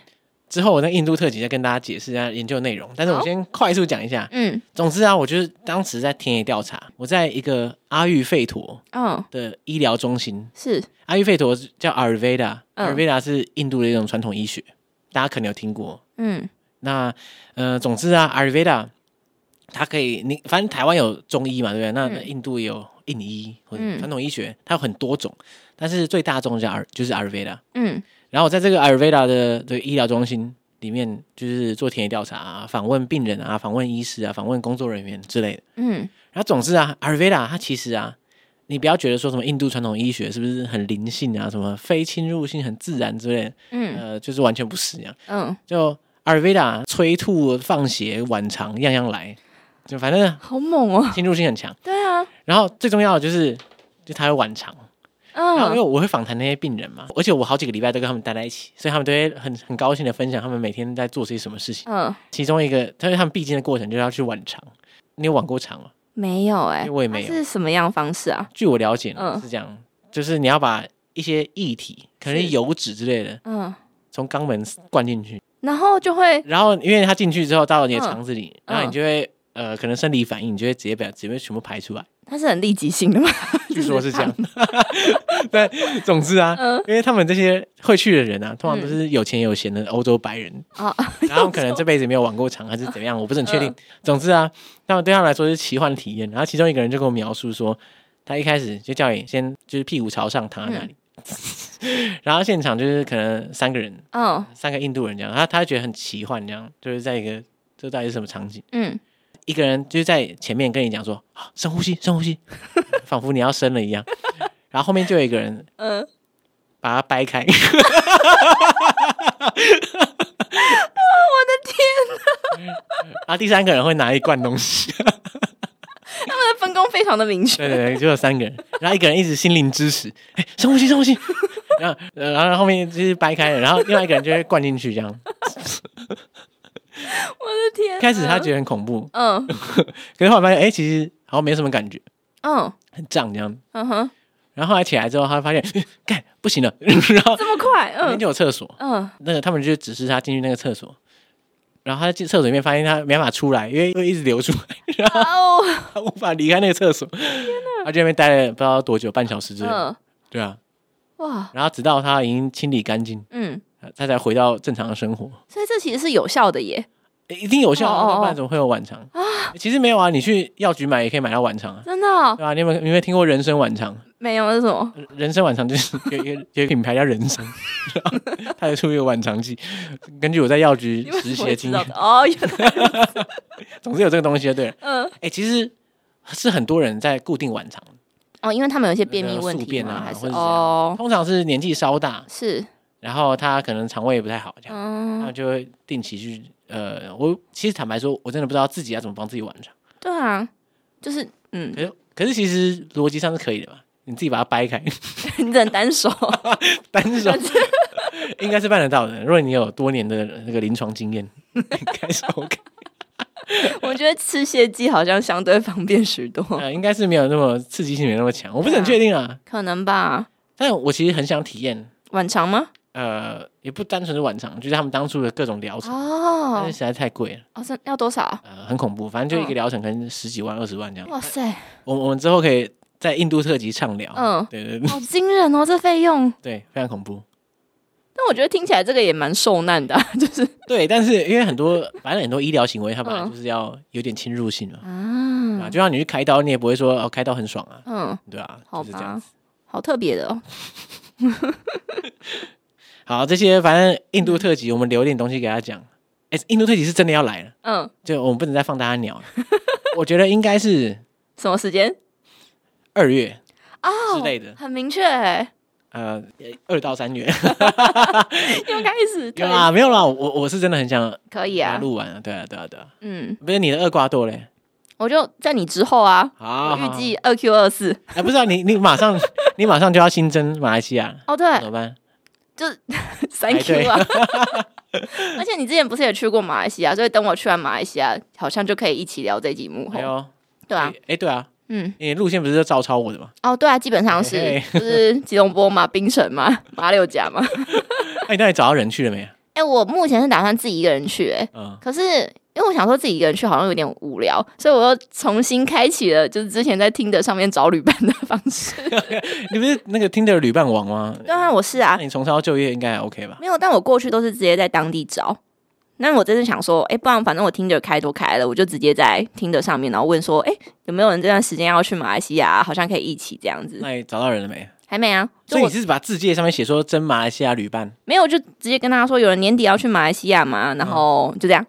S1: 之后我在印度特辑再跟大家解释一下研究内容，但是我
S2: 好
S1: 先快速讲一下，
S2: 嗯
S1: 总之啊，我就是当时在田野调查，我在一个阿育吠陀
S2: 嗯，
S1: 的医疗中心，
S2: 是，
S1: 阿育吠陀叫 Ayurveda，Ayurveda、
S2: 嗯
S1: Ayurveda 是印度的一种传统医学，大家可能有听过。
S2: 嗯
S1: 那呃，总之啊，Ayurveda 它可以，你反正台湾有中医嘛，对不对？那
S2: 嗯
S1: 印度也有印医或者
S2: 嗯
S1: 传统医学，它有很多种，但是最大众叫 Ay- 啊就是 Ayurveda。
S2: 嗯
S1: 然后我在这个 Ayurveda 的的医疗中心里面，就是做田野调查啊，访问病人啊，访问医师啊，访问工作人员之类的。
S2: 嗯
S1: 然后总之啊，Ayurveda 它其实啊，你不要觉得说什么印度传统医学是不是很灵性啊，什么非侵入性、很自然之类的，
S2: 嗯
S1: 呃，就是完全不是这样。
S2: 嗯，
S1: 就 Ayurveda 催吐、放血、晚肠，样样来，就反正
S2: 好猛哦！ [LAUGHS]
S1: 侵入性很强。
S2: 对啊，
S1: 然后最重要的就是，就它有晚肠。然后因为
S2: 嗯
S1: 我会访谈那些病人嘛，而且我好几个礼拜都跟他们待在一起，所以他们都会很很高兴的分享他们每天在做些什么事情。
S2: 嗯，
S1: 其中一个，他们他们必经的过程就是要去晚肠。你有晚过肠吗？
S2: 没有
S1: 因
S2: 哎
S1: 为，我也
S2: 它
S1: 没有。
S2: 是什么样方式啊？
S1: 据我了解呢，
S2: 嗯
S1: 是这样，就是你要把一些液体，可能是
S2: 是
S1: 油脂之类的，
S2: 嗯，
S1: 从肛门灌进去，
S2: 然后就会
S1: 然后因为它进去之后到你的肠子里，
S2: 嗯
S1: 然后你就会呃，可能生理反应，你就会直接把直接全部排出
S2: [LAUGHS]
S1: 来。
S2: 它是很立即性的吗？ [LAUGHS]
S1: 据说是这样， [LAUGHS] 但总之啊，
S2: 嗯
S1: 因为他们这些会去的人啊，通常都是有钱有闲的欧洲白人，
S2: 啊，
S1: [LAUGHS] 然后可能这辈子没有玩过场还是怎样，我不是很确定。总之啊，他们对他们来说是奇幻体验。然后其中一个人就跟我描述说，他一开始就叫你先就是屁股朝上躺在那里， [LAUGHS] 然后现场就是可能三个人，
S2: 嗯
S1: 三个印度人这样，他他觉得很奇幻，这样就是在一个这到底是什么场景？ [LAUGHS]
S2: 嗯，
S1: 一个人就是在前面跟你讲说、啊深呼吸，深呼吸， [LAUGHS] 仿佛你要生了一样。 [LAUGHS] 然后后面就有一个人，
S2: 嗯
S1: 把它掰开。我的天哪！啊，第三个人会拿一罐东西，
S2: 他们的分工非常的明确。
S1: 对对对，就有三个人，然后一个人一直心灵支持，哎、深呼吸，深呼吸，然后呃然后后面就是掰开了，然后另外一个人就会灌进去，这样。
S2: 我的天啊，
S1: 开始他觉得很恐怖，
S2: 嗯
S1: 可是后来发现，哎、其实好像没什么感觉，
S2: 嗯
S1: 很胀这样。
S2: 嗯哼，
S1: 然后后来起来之后，他发现，干不行了， [LAUGHS] 然后
S2: 这么快，
S1: [LAUGHS] 那边
S2: 嗯
S1: 就有厕所， [LAUGHS]
S2: 嗯，
S1: 那个他们就指示他进去那个厕所，然后他进厕所里面发现他没办法出来，因为会一直流出来，然后
S2: 哦，
S1: 他无法离开那个厕所。他就在那边待了不知道多久，半小时之类。
S2: 嗯
S1: 对啊，
S2: 哇，
S1: 然后直到他已经清理干净，
S2: 嗯，
S1: 他才回到正常的生活。
S2: 所以这其实是有效的耶，
S1: 诶一定有效
S2: 哦哦
S1: 啊，
S2: 哦
S1: 不然怎么会有晚肠？其实没有啊，你去药局买也可以买到晚肠啊，
S2: 真的哦
S1: 对吧、你有没有你有没有听过人参晚肠？
S2: 没有是什么？
S1: 人参晚肠就是 [LAUGHS] 有一个有一个品牌叫人参， [LAUGHS] 然后它就出一个晚肠剂。根据我在药局
S2: 你为
S1: 实
S2: 什
S1: 习
S2: 么
S1: 的
S2: 会
S1: 经
S2: 知道
S1: 验
S2: 的，？哦，原来
S1: 总之有这个东西就对了。
S2: 嗯
S1: 哎、其实是很多人在固定晚肠，
S2: 哦，因为他们有一些便秘问
S1: 宿
S2: 题
S1: 便
S2: 吗？
S1: 啊
S2: 还是
S1: 或者是
S2: 哦，
S1: 通常是年纪稍大，
S2: 是
S1: 然后他可能肠胃也不太好，这样，
S2: 嗯，
S1: 他就会定期去。呃，我其实坦白说，我真的不知道自己要怎么帮自己晚肠。
S2: 对啊，就是嗯， [LAUGHS]
S1: 可是，可是其实逻辑上是可以的吧？你自己把它掰开， [LAUGHS]
S2: 你只能单手，
S1: 单
S2: [LAUGHS]
S1: 手应该是办得到的。如果你有多年的那个临床经
S2: [LAUGHS]
S1: 验，应该是 OK。
S2: 我觉得吃蟹剂好像相对方便许多，
S1: 呃，应该是没有那么刺激性，没有那么强。我不是很
S2: 哦对
S1: 确
S2: 啊
S1: 定啊，
S2: 可能吧？
S1: 但我其实很想体验。
S2: 晚肠吗？
S1: 呃，也不单纯是晚肠，就是他们当初的各种疗程，但
S2: 哦
S1: 是实在太贵了，
S2: 哦，这要多少啊？
S1: 呃，很恐怖。反正就一个
S2: 嗯
S1: 疗程可能十几万、二十万这样。
S2: 哇塞，
S1: 我我们之后可以在印度特辑畅聊。
S2: 嗯
S1: 对对对
S2: 好惊人哦，这费用。
S1: 对，非常恐怖。
S2: 但我觉得听起来这个也蛮受难的啊、 [LAUGHS] 就是
S1: 对，但是因为很多，反正很多医疗行为，它本来
S2: 嗯
S1: 就是要有点侵入性嘛，啊，
S2: 啊，
S1: 就像你去开刀，你也不会说哦，开刀很爽啊，
S2: 嗯，
S1: 对啊，
S2: 好
S1: 就是这样
S2: 吧
S1: 子。，
S2: 好特别的哦。
S1: 好，这些反正印
S2: 嗯
S1: 度特辑，我们留一点东西给他讲。哎，印度特辑是真的要来了，
S2: 嗯，
S1: 就我们不能再放大家
S2: [LAUGHS]
S1: 鸟了。我觉得应该是
S2: 什么时间？
S1: 二月
S2: 哦，
S1: 之类的，
S2: 很明确欸， [LAUGHS]
S1: 呃，二到三月。
S2: 又开始
S1: 有
S2: 对，
S1: 啊，没有啦，我我是真的很想
S2: 可以
S1: 把它
S2: 啊。
S1: 录完啊，对啊，对啊，对啊。
S2: 嗯，
S1: 不是你的厄瓜多嘞？
S2: 我就在你之后啊，
S1: 好，
S2: 我预
S1: 好
S2: 计二 Q 二四。
S1: 哎，不知道你你马上你马上就要新增马来西亚了，
S2: 哦，
S1: 怎
S2: 对，
S1: 么办？
S2: [LAUGHS] 三 Q
S1: 哎
S2: 啊。
S1: [LAUGHS]
S2: 而且你之前不是也去过马来西亚，所以等我去完马来西亚，好像就可以一起聊这集幕后
S1: 哎，呦，
S2: 对啊
S1: 哎，，哎对啊，
S2: 嗯，
S1: 你路线不是就照抄我的吗？
S2: 哦，对啊，基本上
S1: 嘿
S2: 是就是吉隆坡嘛、槟城嘛、 [LAUGHS] 马六甲嘛。
S1: 哎，你到底找到人去了没有？
S2: 哎、我目前是打算自己一个人去、哎，
S1: 嗯，
S2: 可是因为我想说自己一个人去好像有点无聊，所以我又重新开启了就是之前在听的上面找旅伴的方式。
S1: 你不是那个 Tinder 旅伴王吗？
S2: 当然我是
S1: 那
S2: 啊，
S1: 你重操旧业应该还 OK 吧？
S2: 没有，但我过去都是直接在当地找。那我真是想说，哎、不然反正我听着开都开了，我就直接在听着上面，然后问说，哎、有没有人这段时间要去马来西亚啊、好像可以一起这样子。
S1: 那你找到人了没？
S2: 还没啊，就
S1: 所以
S2: 我
S1: 你是把字界上面写说真马来西亚旅伴，
S2: 没有，就直接跟大家说有人年底要去马来西亚嘛，
S1: 嗯
S2: 然后就这样。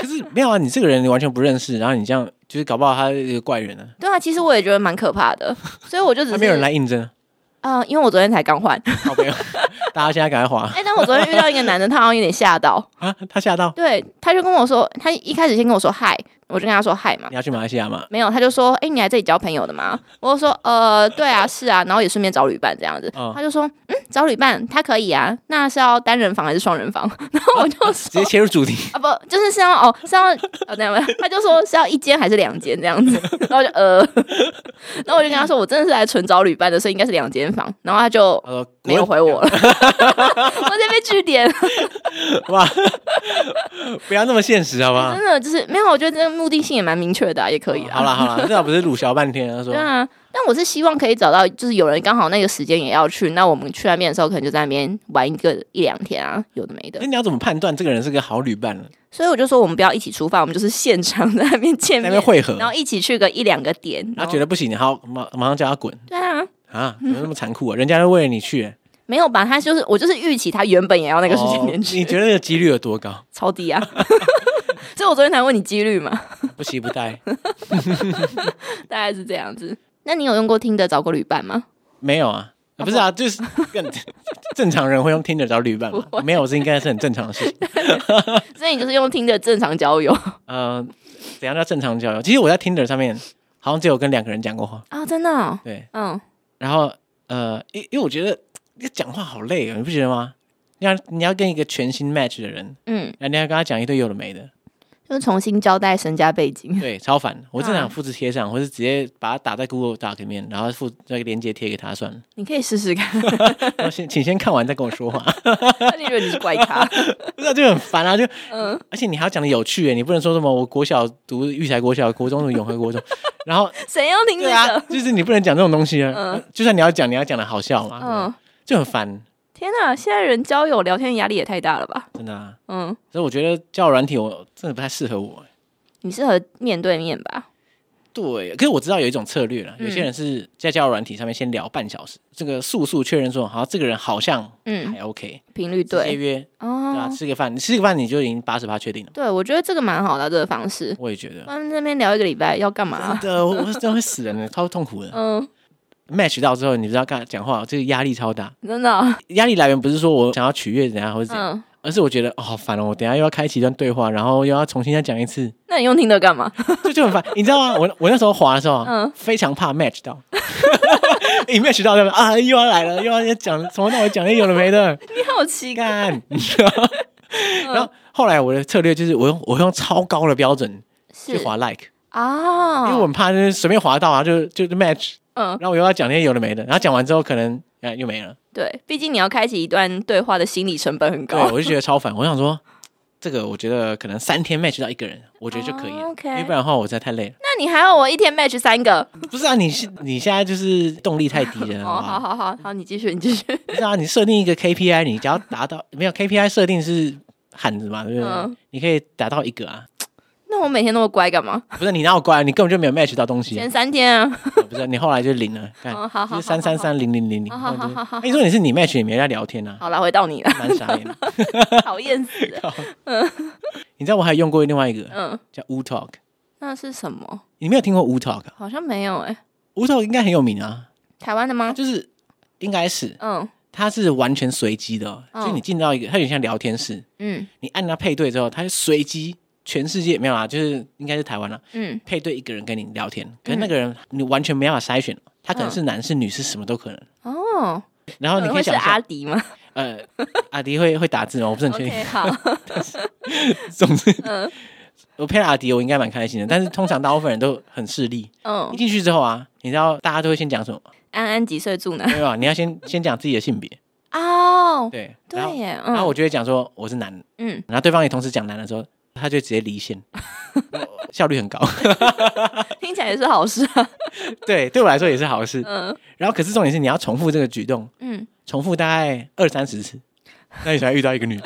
S1: 可是没有啊，你这个人你完全不认识，然后你这样就是搞不好他是一个怪人啊，
S2: 对啊，其实我也觉得蛮可怕的，所以我就只
S1: 还
S2: 是
S1: 没有人来应征
S2: [LAUGHS]
S1: 啊，
S2: 啊、因为我昨天才刚换。
S1: 好朋友，大家现在赶快滑
S2: 哎、但我昨天遇到一个男的，他好像有点吓到，
S1: 啊！他吓到，
S2: 对，他就跟我说，他一开始先跟我说嗨，我就跟他说嗨嘛
S1: 你，要去马来西亚吗？
S2: 没有，他就说，哎、你来这里交朋友的吗？我就说，呃，对啊，是啊，然后也顺便找旅伴这样子，
S1: 嗯
S2: 他就说，嗯，找旅伴他可以啊，那是要单人房还是双人房？ [LAUGHS] 然后我就
S1: 直
S2: 说
S1: 接。切入
S2: [LAUGHS]
S1: 主题，
S2: 啊不，就是是要哦，是要呃，那样，他就说是要一间还是两间这样子，然后我就呃，然后我就跟他说，我真的是来纯找旅伴的，所
S1: 呃
S2: 以应该是两间房，然后他就
S1: 他说
S2: [LAUGHS] 没有回我了，我直接被据点。
S1: 哇， [LAUGHS] 不要那么现实好不好？
S2: 真的就是没有，我觉得这个目的性也蛮明确的、啊，也可以啊。
S1: 好啦好啦，至少不是鲁小半天。他说
S2: 对啊，但我是希望可以找到，就是有人刚好那个时间也要去，那我们去那边的时候，可能就在那边玩一个一两天啊，有的没：“的
S1: 那。你要怎么判断这个人是个好旅伴呢？
S2: 所以我就说，我们不要一起出发，我们就是现场在那边见
S1: 在那
S2: 面，
S1: 边汇合
S2: 然，后一起去个一两个点。
S1: 他
S2: 然后
S1: 觉得不行，好马马上叫他滚
S2: 对啊，
S1: 啊！怎么那么残酷啊？人家都为了你去欸
S2: 没有吧？他就是我就是预期他原本也要那个时间点
S1: 哦
S2: 去，
S1: 你觉得这个几率有多高？
S2: 超
S1: [LAUGHS]
S2: 低啊。所以我昨天才问你几率嘛，
S1: 不惜不
S2: [LAUGHS]
S1: 带，
S2: 大概是这样子。那你有用过听的找过旅伴吗？
S1: 没有啊。啊不是啊，就是更正常人会用听着找旅伴嘛，没有，这应该是很正常的事情。
S2: 所以你就是用听的正常交友
S1: 呃，怎样叫正常交友？其实我在 Tinder 上面好像只有跟两个人讲过话，
S2: 啊，真的哦、
S1: 对。
S2: 嗯，
S1: 然后呃，因因为我觉得要讲话好累啊，你不觉得吗？你要你要跟一个全新 match 的人，
S2: 嗯，
S1: 然后你要跟他讲一堆有的没的，
S2: 就是重新交代身家背 [LAUGHS] 景。
S1: 对，超烦。我正
S2: 嗯
S1: 想复制贴上，或是直接把它打在 Google Doc 里面，然后复那个链接贴给他算了。
S2: 你可以试试看，
S1: 然后先请先看完再跟我说话， [LAUGHS]
S2: 他就觉得你是怪咖。
S1: 不是啊就很烦啊，就
S2: 嗯，
S1: 而且你还要讲的有趣耶，你不能说什么我国小读育才国小，国中读永和国中， [LAUGHS] 然
S2: [LAUGHS]
S1: 后
S2: 谁要听这
S1: 对啊
S2: 个？，
S1: 就是你不能讲这种东西啊。
S2: 嗯
S1: 就算你要讲，你要讲的好笑嘛，
S2: 嗯，
S1: 就很烦，
S2: 天哪、现在人交友聊天压力也太大了吧？
S1: 真的、啊。
S2: 嗯，
S1: 所以我觉得交友软体我真的不太适合我耶。
S2: 你适合面对面吧？
S1: 对，可是我知道有一种策略了，有些
S2: 嗯
S1: 人是在交友软体上面先聊半小时，这个速速确认说，好，这个人好像
S2: 嗯，
S1: 还 OK，
S2: 频率
S1: 直接
S2: 对
S1: 约，哎对啊，
S2: 哦，
S1: 吃个饭，你吃个饭你就已经八十八确定了。
S2: 对，我觉得这个蛮好的、啊这个方式。
S1: 我也觉得，
S2: 他们那边聊一个礼拜要干嘛、
S1: 嗯真的，我真的会死人的， [LAUGHS] 超痛苦的。
S2: 嗯，
S1: match 到之后，你不知道干讲话，这个压力超大。
S2: 真的哦、
S1: 压力来源不是说我想要取悦人家或者怎样，
S2: 嗯，
S1: 而是我觉得哦好烦哦，我等一下又要开启一段对话，然后又要重新再讲一次，
S2: 那你用听的干嘛？
S1: 这就很烦。你知道吗？我我那时候滑的时候，啊
S2: 嗯
S1: 非常怕 match 到。 [LAUGHS] 一 match 到他们啊，又要来了，又要讲从头到尾讲一有的没的，
S2: 你好奇怪，
S1: 干。
S2: 嗯
S1: 然后后来我的策略就是我用我用超高的标准去
S2: 是
S1: 滑 like，因
S2: 啊，
S1: 为我很怕就是随便滑到啊，就就 match，
S2: 嗯，
S1: 然后我又要讲那些有的没的，然后讲完之后可能哎又没了。
S2: 对，毕竟你要开启一段对话的心理成本很
S1: 对，
S2: 高。
S1: 我就觉得超烦。我想说，这个我觉得可能三天 match 到一个人，我觉得就可以了。
S2: 哦，OK
S1: 因为不然的话，我实在太累了。
S2: 那你还要我一天 match 三个？
S1: 不是啊，你是你现在就是动力太低了，好
S2: 哦，
S1: 不
S2: 好
S1: 好？
S2: 好好好，你继续，你继续。 [LAUGHS]
S1: 不是啊，你设定一个 KPI，你只要达到没有 KPI 设定是喊着嘛，对不对？
S2: 嗯
S1: 你可以达到一个啊，
S2: 那我每天那么乖干嘛？
S1: 不是你哪有乖，你根本就没有 match 到东西，
S2: 前三天啊，
S1: 不是啊你后来就零了，看
S2: [LAUGHS] 哦，好好
S1: 就
S2: 好，
S1: 是三三
S2: 好。哦
S1: 三零零零零，
S2: 好好
S1: 然后就
S2: 好好好
S1: 哎你说你是你 match 也没人在聊天啊，
S2: 好了，回到你了，
S1: 蛮傻眼的。
S2: 讨厌死了。
S1: [LAUGHS] 你知道我还用过另外一个
S2: 嗯，
S1: 叫 Wu Talk，
S2: 那是什么？
S1: 你没有听过 Wu Talk 啊
S2: 好像没有哎、
S1: ？Wu Talk 应该很有名啊，
S2: 台湾的吗？
S1: 就是应该是
S2: 嗯
S1: 它是完全随机的、哦，
S2: 嗯
S1: 就是你进到一个，它有点像聊天室，
S2: 嗯
S1: 你按它配对之后，它就随机全世界没有啦，就是应该是台湾啦，
S2: 嗯，
S1: 配对一个人跟你聊天，可是那个人你完全没办法筛选，哦他可能是男是女是什么都可能。
S2: 哦，
S1: 然后你可
S2: 嗯会
S1: 以
S2: 是
S1: 想象
S2: 阿迪吗
S1: 呃， [LAUGHS] 阿迪会会打字吗？我不是很确定。
S2: ？OK，好，
S1: [LAUGHS] 总之，
S2: 嗯
S1: 我配了阿迪，我应该蛮开心的。但是通常大部分人都很势利，一
S2: 嗯，
S1: 进去之后啊，你知道大家都会先讲什么吗？
S2: 安安几岁住哪？
S1: 没有啊，
S2: [LAUGHS]
S1: 你要先先讲自己的性别，
S2: 哦，
S1: 对，然
S2: 对
S1: 后
S2: 耶，
S1: 然后
S2: 嗯
S1: 我就会讲说我是男的
S2: 嗯，
S1: 然后对方也同时讲男的时候，他就直接离
S2: [LAUGHS]
S1: 线，效率很高。 [LAUGHS]
S2: 听起来也是好事啊。
S1: 对，对我来说也是好事。
S2: 嗯
S1: 然后可是重点是你要重复这个举动，
S2: 嗯，
S1: 重复大概二三十
S2: [LAUGHS]
S1: 次，那你才遇到一个女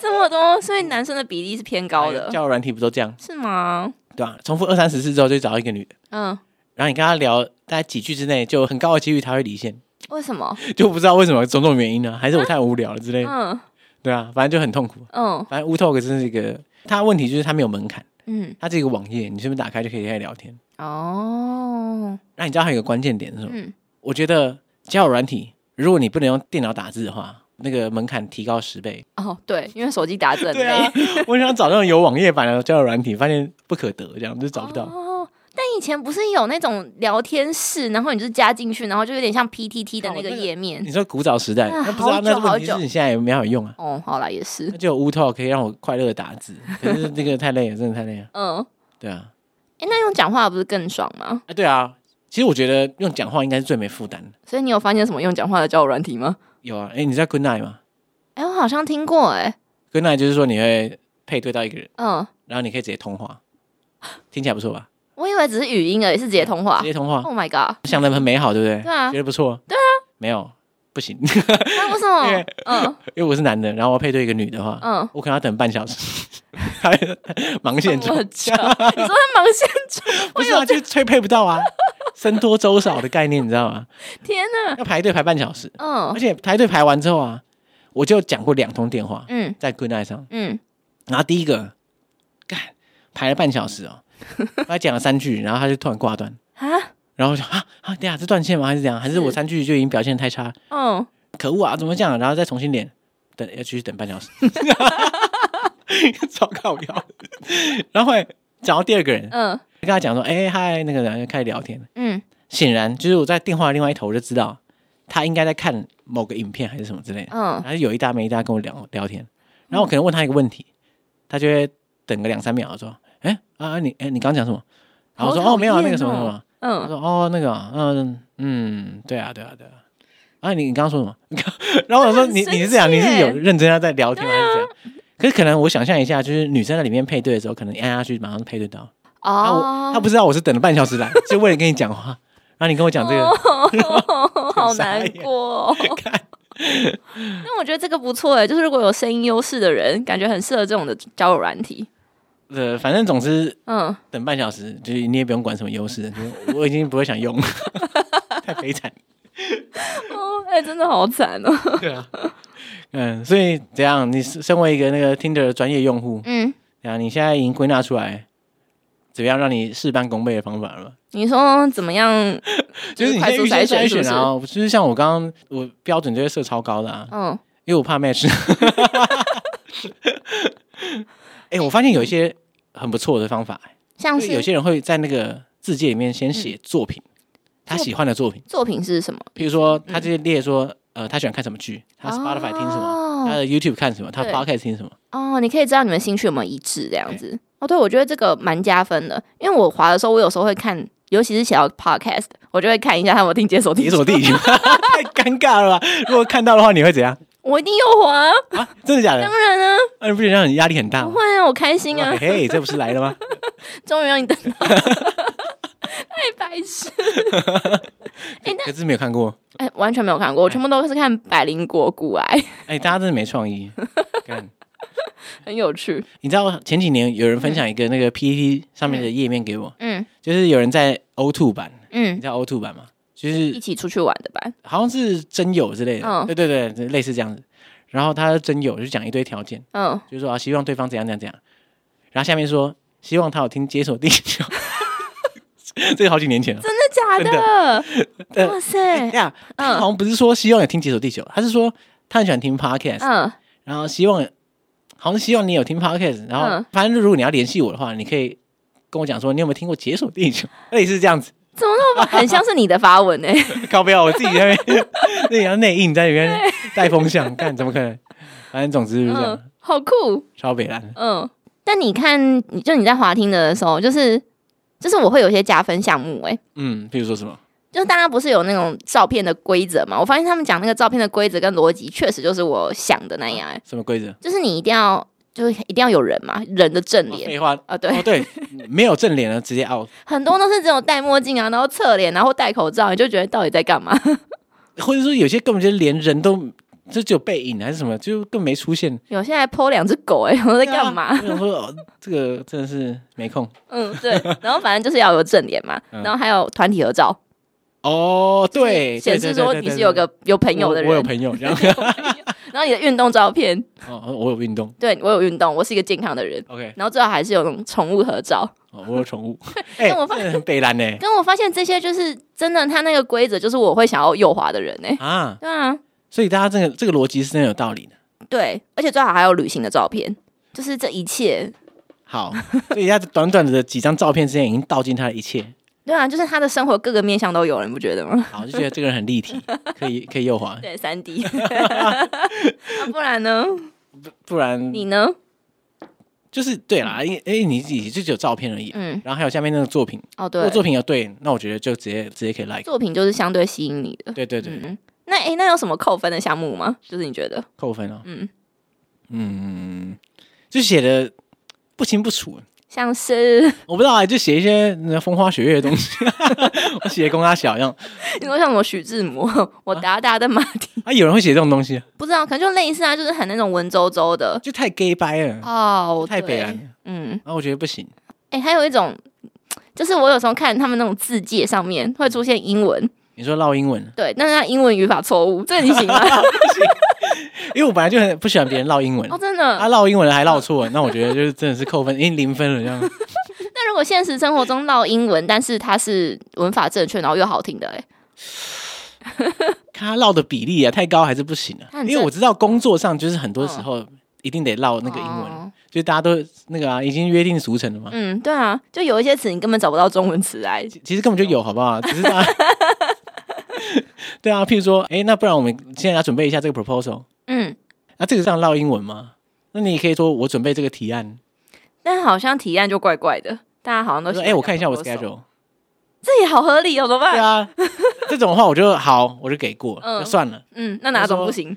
S2: 这么多，所以男生的比例是偏 [LAUGHS] 高的，
S1: [LAUGHS] 交友软体不都这样
S2: 是吗？
S1: 对吧、重复二三十次之后就找到一个女的，
S2: 嗯，
S1: 然后你跟她聊大概几句之内，就很高的几率她会离线，
S2: 为什么？
S1: 就不知道为什么种种原因呢、还是我太无聊了之类的，
S2: 嗯
S1: 对啊，反正就很痛苦。
S2: 嗯
S1: 反正 w Talk 真是一个，它的问题就是它没有门槛，
S2: 嗯，
S1: 它是一个网页，你随便打开就可以开始聊天。
S2: 哦，
S1: 那你知道还有一个关键点是什么？
S2: 嗯，
S1: 我觉得交友软体，如果你不能用电脑打字的话，那个门槛提高十倍。
S2: 哦，对，因为手机打字很
S1: 对
S2: 累，
S1: 啊， [LAUGHS] 我想找那种有网页版的交友软体，发现不可得，这样就找不到。
S2: 哦，但以前不是有那种聊天室，然后你就是加进去，然后就有点像 PTT 的
S1: 哦
S2: 那个
S1: 那个
S2: 页面。
S1: 你说古早时代，
S2: 啊
S1: 那不知道那问
S2: 好久
S1: 题是
S2: 好久
S1: 你现在也没有用啊。
S2: 哦，好啦，也是
S1: 那，就有 w Talk 可以让我快乐的打字，可是这个太累了，真的太累了。
S2: 嗯，
S1: 对啊，
S2: 哎、那用讲话不是更爽吗？
S1: 啊对啊，其实我觉得用讲话应该是最没负担的。
S2: 所以你有发现什么用讲话的交友软体吗？
S1: 有啊，哎，你在 Good Night 吗？
S2: 哎、我好像听过、哎，
S1: 归纳就是说你会配对到一个人，
S2: 嗯，
S1: 然后你可以直接通话，听起来不错吧？
S2: 我以为只是语音而已，是直接通话
S1: 直。接通话，
S2: Oh my god！
S1: 想的很美好，对不对？
S2: 对啊
S1: 觉得不错。对啊，没有不行， [LAUGHS]
S2: 那为什么
S1: 对？
S2: 嗯
S1: 因为我是男的，然后我要配对一个女的话，
S2: 嗯，
S1: 我可能要等半小时， [LAUGHS] 还盲线
S2: 这
S1: 中
S2: 么，久，你说他盲线中？
S1: 不是啊，就是催配不到啊，僧多粥少的概念，你知道吗？
S2: [LAUGHS] 天哪！
S1: 要排队排半小时，而
S2: 嗯
S1: 且排队排完之后啊，我就讲过两通电话
S2: 嗯
S1: 在 Good Night 上，
S2: 嗯，
S1: 然后第一个干排了半小时
S2: [LAUGHS]
S1: 哦，我还讲了三句，然后他就突然挂断，
S2: 啊，
S1: 然后我想啊啊，对啊，是断线吗？还是怎样？还是我三句就已经表现得太差？
S2: 嗯，
S1: 可恶啊，怎么这样？然后再重新连，等要继续等半小时， [LAUGHS]
S2: [LAUGHS]
S1: 超靠腰。然后后来讲到第二个人，
S2: 嗯
S1: 跟他讲说，哎、嗨，那个人就开始聊天。
S2: 嗯，
S1: 显然就是我在电话的另外一头，我就知道他应该在看某个影片还是什么之类的。
S2: 嗯，
S1: 然后有一搭没一搭跟我聊聊天，然后我可能问他一个问题，他就会等个两三秒，说，哎、啊你哎、你刚讲什么？然后我说
S2: 好
S1: 哦
S2: 讨厌
S1: 没有啊那个什么什么。他
S2: 嗯，
S1: 说：“哦，那个啊，嗯嗯，对啊，对啊，对啊。”啊，你你刚刚说什么？ [LAUGHS] 然后我说：“
S2: 很
S1: 你
S2: 生
S1: 你是这样，
S2: 气
S1: 你是
S2: 耶啊
S1: 有认真要在聊天还是怎样？”可是可能我想象一下，就是女生在里面配对的时候，可能按下去马上配对到，然后我
S2: 哦，
S1: 她不知道我是等了半小时来，就为了跟你讲话，然后你跟我讲这 [LAUGHS] 个，
S2: 哦，好
S1: 傻
S2: 难
S1: 眼 [LAUGHS]
S2: 过哦。 [LAUGHS] 那我觉得这个不错哎，就是如果有声音优势的人，感觉很适合这种的交友软体。
S1: 呃，反正总之
S2: 嗯，
S1: 等半小时，就是你也不用管什么优势，就是我已经不会想用了， [LAUGHS] 太悲惨。
S2: 哦，哎，真的好惨哦。
S1: 对啊，嗯，所以怎样？你身身为一个那个 Tinder 的专业用户，
S2: 嗯，
S1: 啊，你现在已经归纳出来怎么样让你事半功倍的方法了吗？
S2: 你说怎么样？
S1: 就是你
S2: 快
S1: 先
S2: 速
S1: 预先
S2: 筛
S1: 筛
S2: 选，是
S1: 选
S2: 不是？
S1: 啊，就是像我刚刚我标准就会设超高的啊，
S2: 嗯，
S1: 因为我怕 match。哎、我发现有一些很不错的方法、
S2: 像
S1: 就是有
S2: 是
S1: 些人会在那个字界里面先写作品，他喜欢的作品，
S2: 作品是什么？
S1: 譬如说他就列说，呃，他喜欢看什么剧，他 Spotify 听什么，他
S2: 么？
S1: 的 YouTube 看什么，他
S2: 对
S1: Podcast 听什么，
S2: 哦，你可以知道你们兴趣有没有一致这样
S1: 嗯
S2: 子。哦，对，我觉得这个蛮加分的，因为我滑的时候，我有时候会看，尤其是写到 podcast，我就会看一下他们听解锁
S1: 解
S2: 听
S1: 锁地图， [LAUGHS] 太尴尬了吧？如果看到的话，你会怎样
S2: 我一定有滑啊，
S1: 啊？真的假的？
S2: 当然啊，
S1: 啊，你不觉得很压力很大
S2: 不
S1: 吗？
S2: 会啊，我开心啊
S1: 哇，嘿，这不是来了
S2: [LAUGHS]
S1: 吗？
S2: 终于让你等到了， [LAUGHS] 太白痴。
S1: 可是没有看过，
S2: 哎、完全没有看过，我全部都是看百灵果古癌， [LAUGHS]
S1: 哎，大家真的没创意。干，
S2: 很有趣。
S1: 你知道前几年有人分享一个那个 PPT 上面的页面给我，
S2: 嗯
S1: 就是有人在 O2 版，你
S2: 嗯，
S1: 知道 O2 版吗？就
S2: 一
S1: 是
S2: 起出去玩的吧？
S1: 好像是真友之类
S2: 嗯
S1: 的，对对对，类似这样子。然后他真友就讲一堆条件，
S2: 嗯，
S1: 就是说啊，希望对方怎样怎样怎样。然后下面说希望他有听《解锁地球》， [LAUGHS] 这个好几年前了。
S2: 真的嗯假的？
S1: 真的
S2: 哇
S1: 哎 [LAUGHS]
S2: 塞！
S1: 呀，他好像不是说希望有听《解锁地球》，他是说他很喜欢听 Podcast，
S2: 嗯，
S1: 然后希望好像希望你有听 podcast，然后、
S2: 嗯
S1: 反正如果你要联系我的话，你可以跟我讲说你有没有听过《解锁地球》， [LAUGHS] 类似这样子。
S2: 怎么
S1: [LAUGHS]
S2: 那么很像是你的发文呢、欸
S1: 靠不要，我自己在那边那也要内应在里面带风向，看怎么可能？反正总之就是这样，
S2: 嗯，好酷。
S1: 超北蓝。
S2: 嗯，但你看，你就你在滑听的时候，就是就是我会有一些加分项目哎、
S1: 嗯，比如说什么？
S2: 就是大家不是有那种照片的规则嘛？我发现他们讲那个照片的规则跟逻辑，确实就是我想的那样、欸，
S1: 什么规则？
S2: 就是你一定要，就是一定要有人嘛，人的正
S1: 哦
S2: 脸
S1: 废话。
S2: 啊、对，
S1: 哦，对，没有正脸了，直接 out，
S2: 很多都是只有戴墨镜啊，然后侧脸，然后戴口罩，你就觉得到底
S1: [LAUGHS]
S2: 在干嘛？
S1: 或者说有些根本就连人都就只有背影还是什么，就更没出现。
S2: 有些还剖两只狗、欸，哎， [LAUGHS] 我在干嘛？
S1: [LAUGHS] 对啊我想说，哦，这个真的是没空。
S2: 嗯，对。然后反正就是要有正脸嘛，
S1: 嗯
S2: 然后还有团体合照，
S1: 哦，对，
S2: 显
S1: 对
S2: 示说你是有。
S1: 对对对对
S2: 个有朋友的
S1: 我，我有
S2: 人。
S1: 朋友这样。
S2: 然后你的运动照片，
S1: 哦，我有运动
S2: 对我有运动，我是一个健康的人。
S1: ，OK，
S2: 然后最后还是有那种宠物合照。
S1: 哦我有宠物。哎、
S2: 那我发
S1: 真的很北蓝呢、
S2: 跟我发现这些就是真的，他那个规则就是我会想要右滑的人呢、
S1: 啊，
S2: 对啊，
S1: 所以大家这个这个逻辑是真的有道理的。
S2: 对，而且最好还有旅行的照片，就是这一切。
S1: 好，所以他短短的几张照片之间已经道尽他的一切。
S2: 对啊，就是他的生活各个面向都有，你不觉得吗？ [LAUGHS]
S1: 好，就觉得这个人很立体，可以可以右滑，
S2: 对，三
S1: [LAUGHS]
S2: D。啊不然呢？
S1: 不然
S2: 你呢？
S1: 就是对啦，因为哎、你自己就只有照片而已啊、
S2: 嗯，
S1: 然后还有下面那个作品，
S2: 哦，
S1: 如
S2: 对
S1: 果，作品有对，那我觉得就直接直接可以 like。
S2: 作品就是相对吸引你的。
S1: 对对对，
S2: 嗯，那诶，那有什么扣分的项目吗？就是你觉得，
S1: 扣分哦。
S2: 嗯
S1: 嗯，就写的不清不楚，
S2: 像是 [LAUGHS]
S1: 我不知道啊，就写一些嗯风花雪月的东西， [LAUGHS] 我写的跟他小一样
S2: 你说像什么徐志摩，我
S1: 啊
S2: 达达的马蹄，
S1: 啊，有人会写这种东西，
S2: 不知道，可能就类似啊，就是很那种文绉绉的
S1: 就太 gay 掰了，嗯
S2: 哦，
S1: 太北
S2: 对
S1: 蓝，了，
S2: 嗯，
S1: 然后我觉得不行，
S2: 哎、还有一种，就是我有时候看他们那种字界上面会出现英文，
S1: 你说唠英文，
S2: 对，但是它英文语法
S1: [LAUGHS]
S2: 错误，这个你行吗？
S1: 因为我本来就很不喜欢别人唠英文
S2: [LAUGHS] 哦，。真的
S1: 他。唠英文了还唠错，那我觉得就是真的是扣分，已经零分了这样。
S2: 那如果现实生活中唠英文，但是它是文法正确，然后又好听的、哎，
S1: 看他唠的比例啊太高还是不行
S2: 他
S1: 啊，因
S2: 很
S1: 为
S2: 正嗯
S1: 我知道工作上就是很多时候一定得唠那个英文，
S2: 哦
S1: 就大家都那个啊已经约定俗成了嘛。
S2: 嗯，对啊，就有一些词你根本找不到中文词来。
S1: 其其实根本就有，好不好？只是大家 [LAUGHS] 对啊，譬如说，哎、那不然我们现在要准备一下这个 proposal，
S2: 嗯，
S1: 那、这个上唠英文吗？那你也可以说我准备这个提案，
S2: 但好像提案就怪怪的，大家好像都
S1: 我说
S2: 喜
S1: 哎、
S2: 欢
S1: 我看一下我
S2: 讲 proposal
S1: schedule，
S2: 这也好合理哦，怎么
S1: 对
S2: 办？
S1: 啊，这种话我就好，我就给过，
S2: 嗯
S1: 就算了，
S2: 嗯，那哪种不行？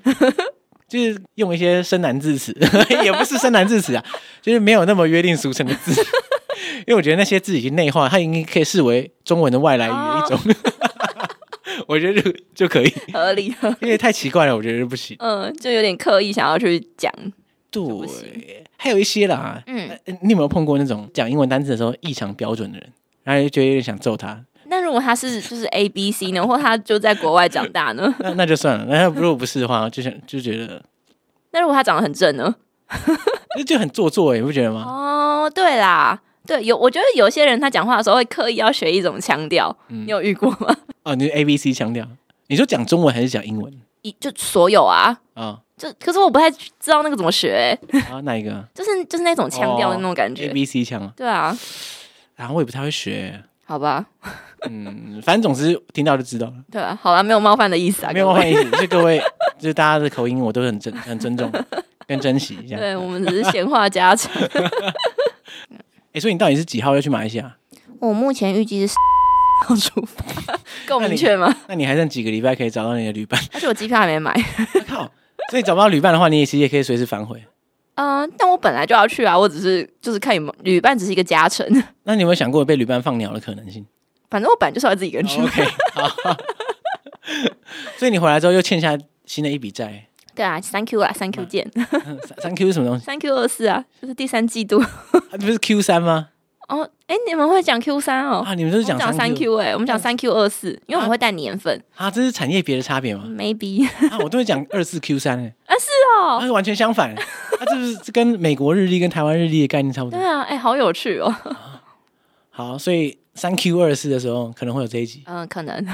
S1: 就是用一些深难字词， [LAUGHS] 也不是深难字词啊，就是没有那么约定俗成的字，因为我觉得那些字已经内化，它应该可以视为中文的外来语的一种，
S2: 哦
S1: [LAUGHS] 我觉得就就可以，
S2: [LAUGHS] 合理，
S1: 因为太奇怪了，我觉得不行。
S2: 嗯，就有点刻意想要去讲，不
S1: 对，还有一些啦，
S2: 嗯。
S1: 呃你有没有碰过那种讲英文单词的时候异常标准的人，然后就觉得有点想揍他？
S2: 那如果他是就是 A B C 呢，或他就在国外长大呢？ [LAUGHS]
S1: 那那就算了，那如果不是的话，就想就觉得
S2: 那如果他长得很正呢？
S1: 那就很做作、欸，你不觉得吗？
S2: 哦，对啦，对，有我觉得有些人他讲话的时候会刻意要学一种腔调，
S1: 嗯
S2: 你有遇过吗？
S1: 哦，你 A B C 强调，你说讲中文还是讲英文
S2: 一就所有啊，
S1: 啊？
S2: 就可是我不太知道那个怎么学、欸，
S1: 啊，哪一个
S2: 就是就是那种腔调的
S1: 哦
S2: 那种感觉。
S1: ？A B C 强啊？
S2: [LAUGHS] 对啊，
S1: 然后我也不太会学，
S2: 好吧，
S1: 嗯，反正总之听到就知道了，
S2: 对啊，好啦，没有冒犯的意思啊，
S1: 没有
S2: 各
S1: 冒
S2: 位
S1: 犯意思。就各位，就是大家的口音，我都很尊很尊
S2: [LAUGHS]
S1: 重跟珍惜这样。
S2: 对我们只是闲话家
S1: [LAUGHS]
S2: 常。
S1: 哎、所以你到底是几号要去马来西亚？
S2: 我目前预
S1: [LAUGHS]
S2: 计是要出发，够明确吗？
S1: 那你还剩几个礼拜可以找到你的旅伴？ [LAUGHS]
S2: 而且我机票还没买，
S1: 靠！所以找不到旅伴的话，你也其实也可以随时反悔。
S2: 嗯、但我本来就要去啊，我只是就是看有没有旅伴，只是一个加成。
S1: 那你有没有想过被旅伴放鸟的可能性、
S2: 反正我本来就是要自己一个人去
S1: o
S2: [LAUGHS]
S1: k 好。所以你回来之后又欠下新的一笔债。
S2: 对啊，Thank you 啊，Thank you 见
S1: 嗯三三 Q 是什么东西？
S2: ，Thank you 二四啊，就是第三季度。
S1: 啊不是 Q 三吗？
S2: [LAUGHS] 哦，哎，你们会讲 Q 三哦？
S1: 啊，你们都
S2: 我
S1: 是讲
S2: 们讲
S1: 三
S2: 三
S1: Q
S2: Q 哎、我们讲三 Q 二四，因为我们
S1: 啊
S2: 会带年份、
S1: 啊？这是产业别的差
S2: [LAUGHS]
S1: 别吗？
S2: m a y b e
S1: 啊，我都会讲二四 Q 三哎，
S2: 啊，是
S1: 啊，
S2: 哦，
S1: 是完全相反。啊，这是这跟美国日历跟台湾日历的概念差不
S2: 对
S1: 多。
S2: 啊，哎、好有趣哦，
S1: 好，所以三 Q 二四的时候可能会有这一集。
S2: 嗯、可 [LAUGHS] 能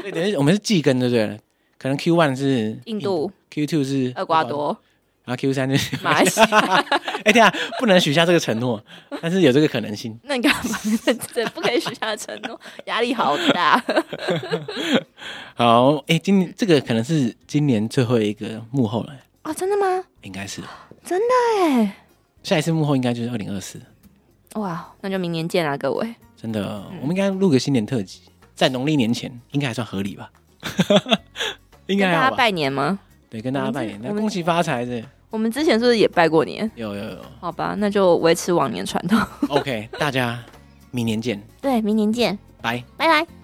S1: 所以等于我们是季更，对不对？可能 Q one 是
S2: 印度、
S1: ，Q two 是
S2: 厄瓜，多、
S1: 然后 Q 三是
S2: 马来 [LAUGHS] 西亚，
S1: [LAUGHS] 哎、对啊，不能许下这个承诺，但是有这个可能性。
S2: 那你干嘛？这不可以许下承 [LAUGHS] 诺，压力好大。
S1: 好，哎、今年这个可能是今年最后一个幕后了，
S2: [LAUGHS] 哦，真的吗？
S1: 应该是
S2: 真的哎，
S1: 下一次幕后应该就是二零二四，
S2: 哇，那就明年见啦，啊各位。
S1: 真的，我们应该录个新年特辑，在农历年前应该还算合理吧？ [LAUGHS] 应
S2: 跟
S1: 该还
S2: 大
S1: 好
S2: 家
S1: 吧？
S2: 拜年吗？
S1: 对，跟大家拜年，
S2: 我们这
S1: 那
S2: 我们
S1: 恭喜发财的，
S2: 我们之前是不是也拜过年？
S1: 有有有
S2: 好吧，那就维持往年传统。
S1: ，OK，大家明年见，
S2: 对，明年见，
S1: 拜。
S2: 拜拜。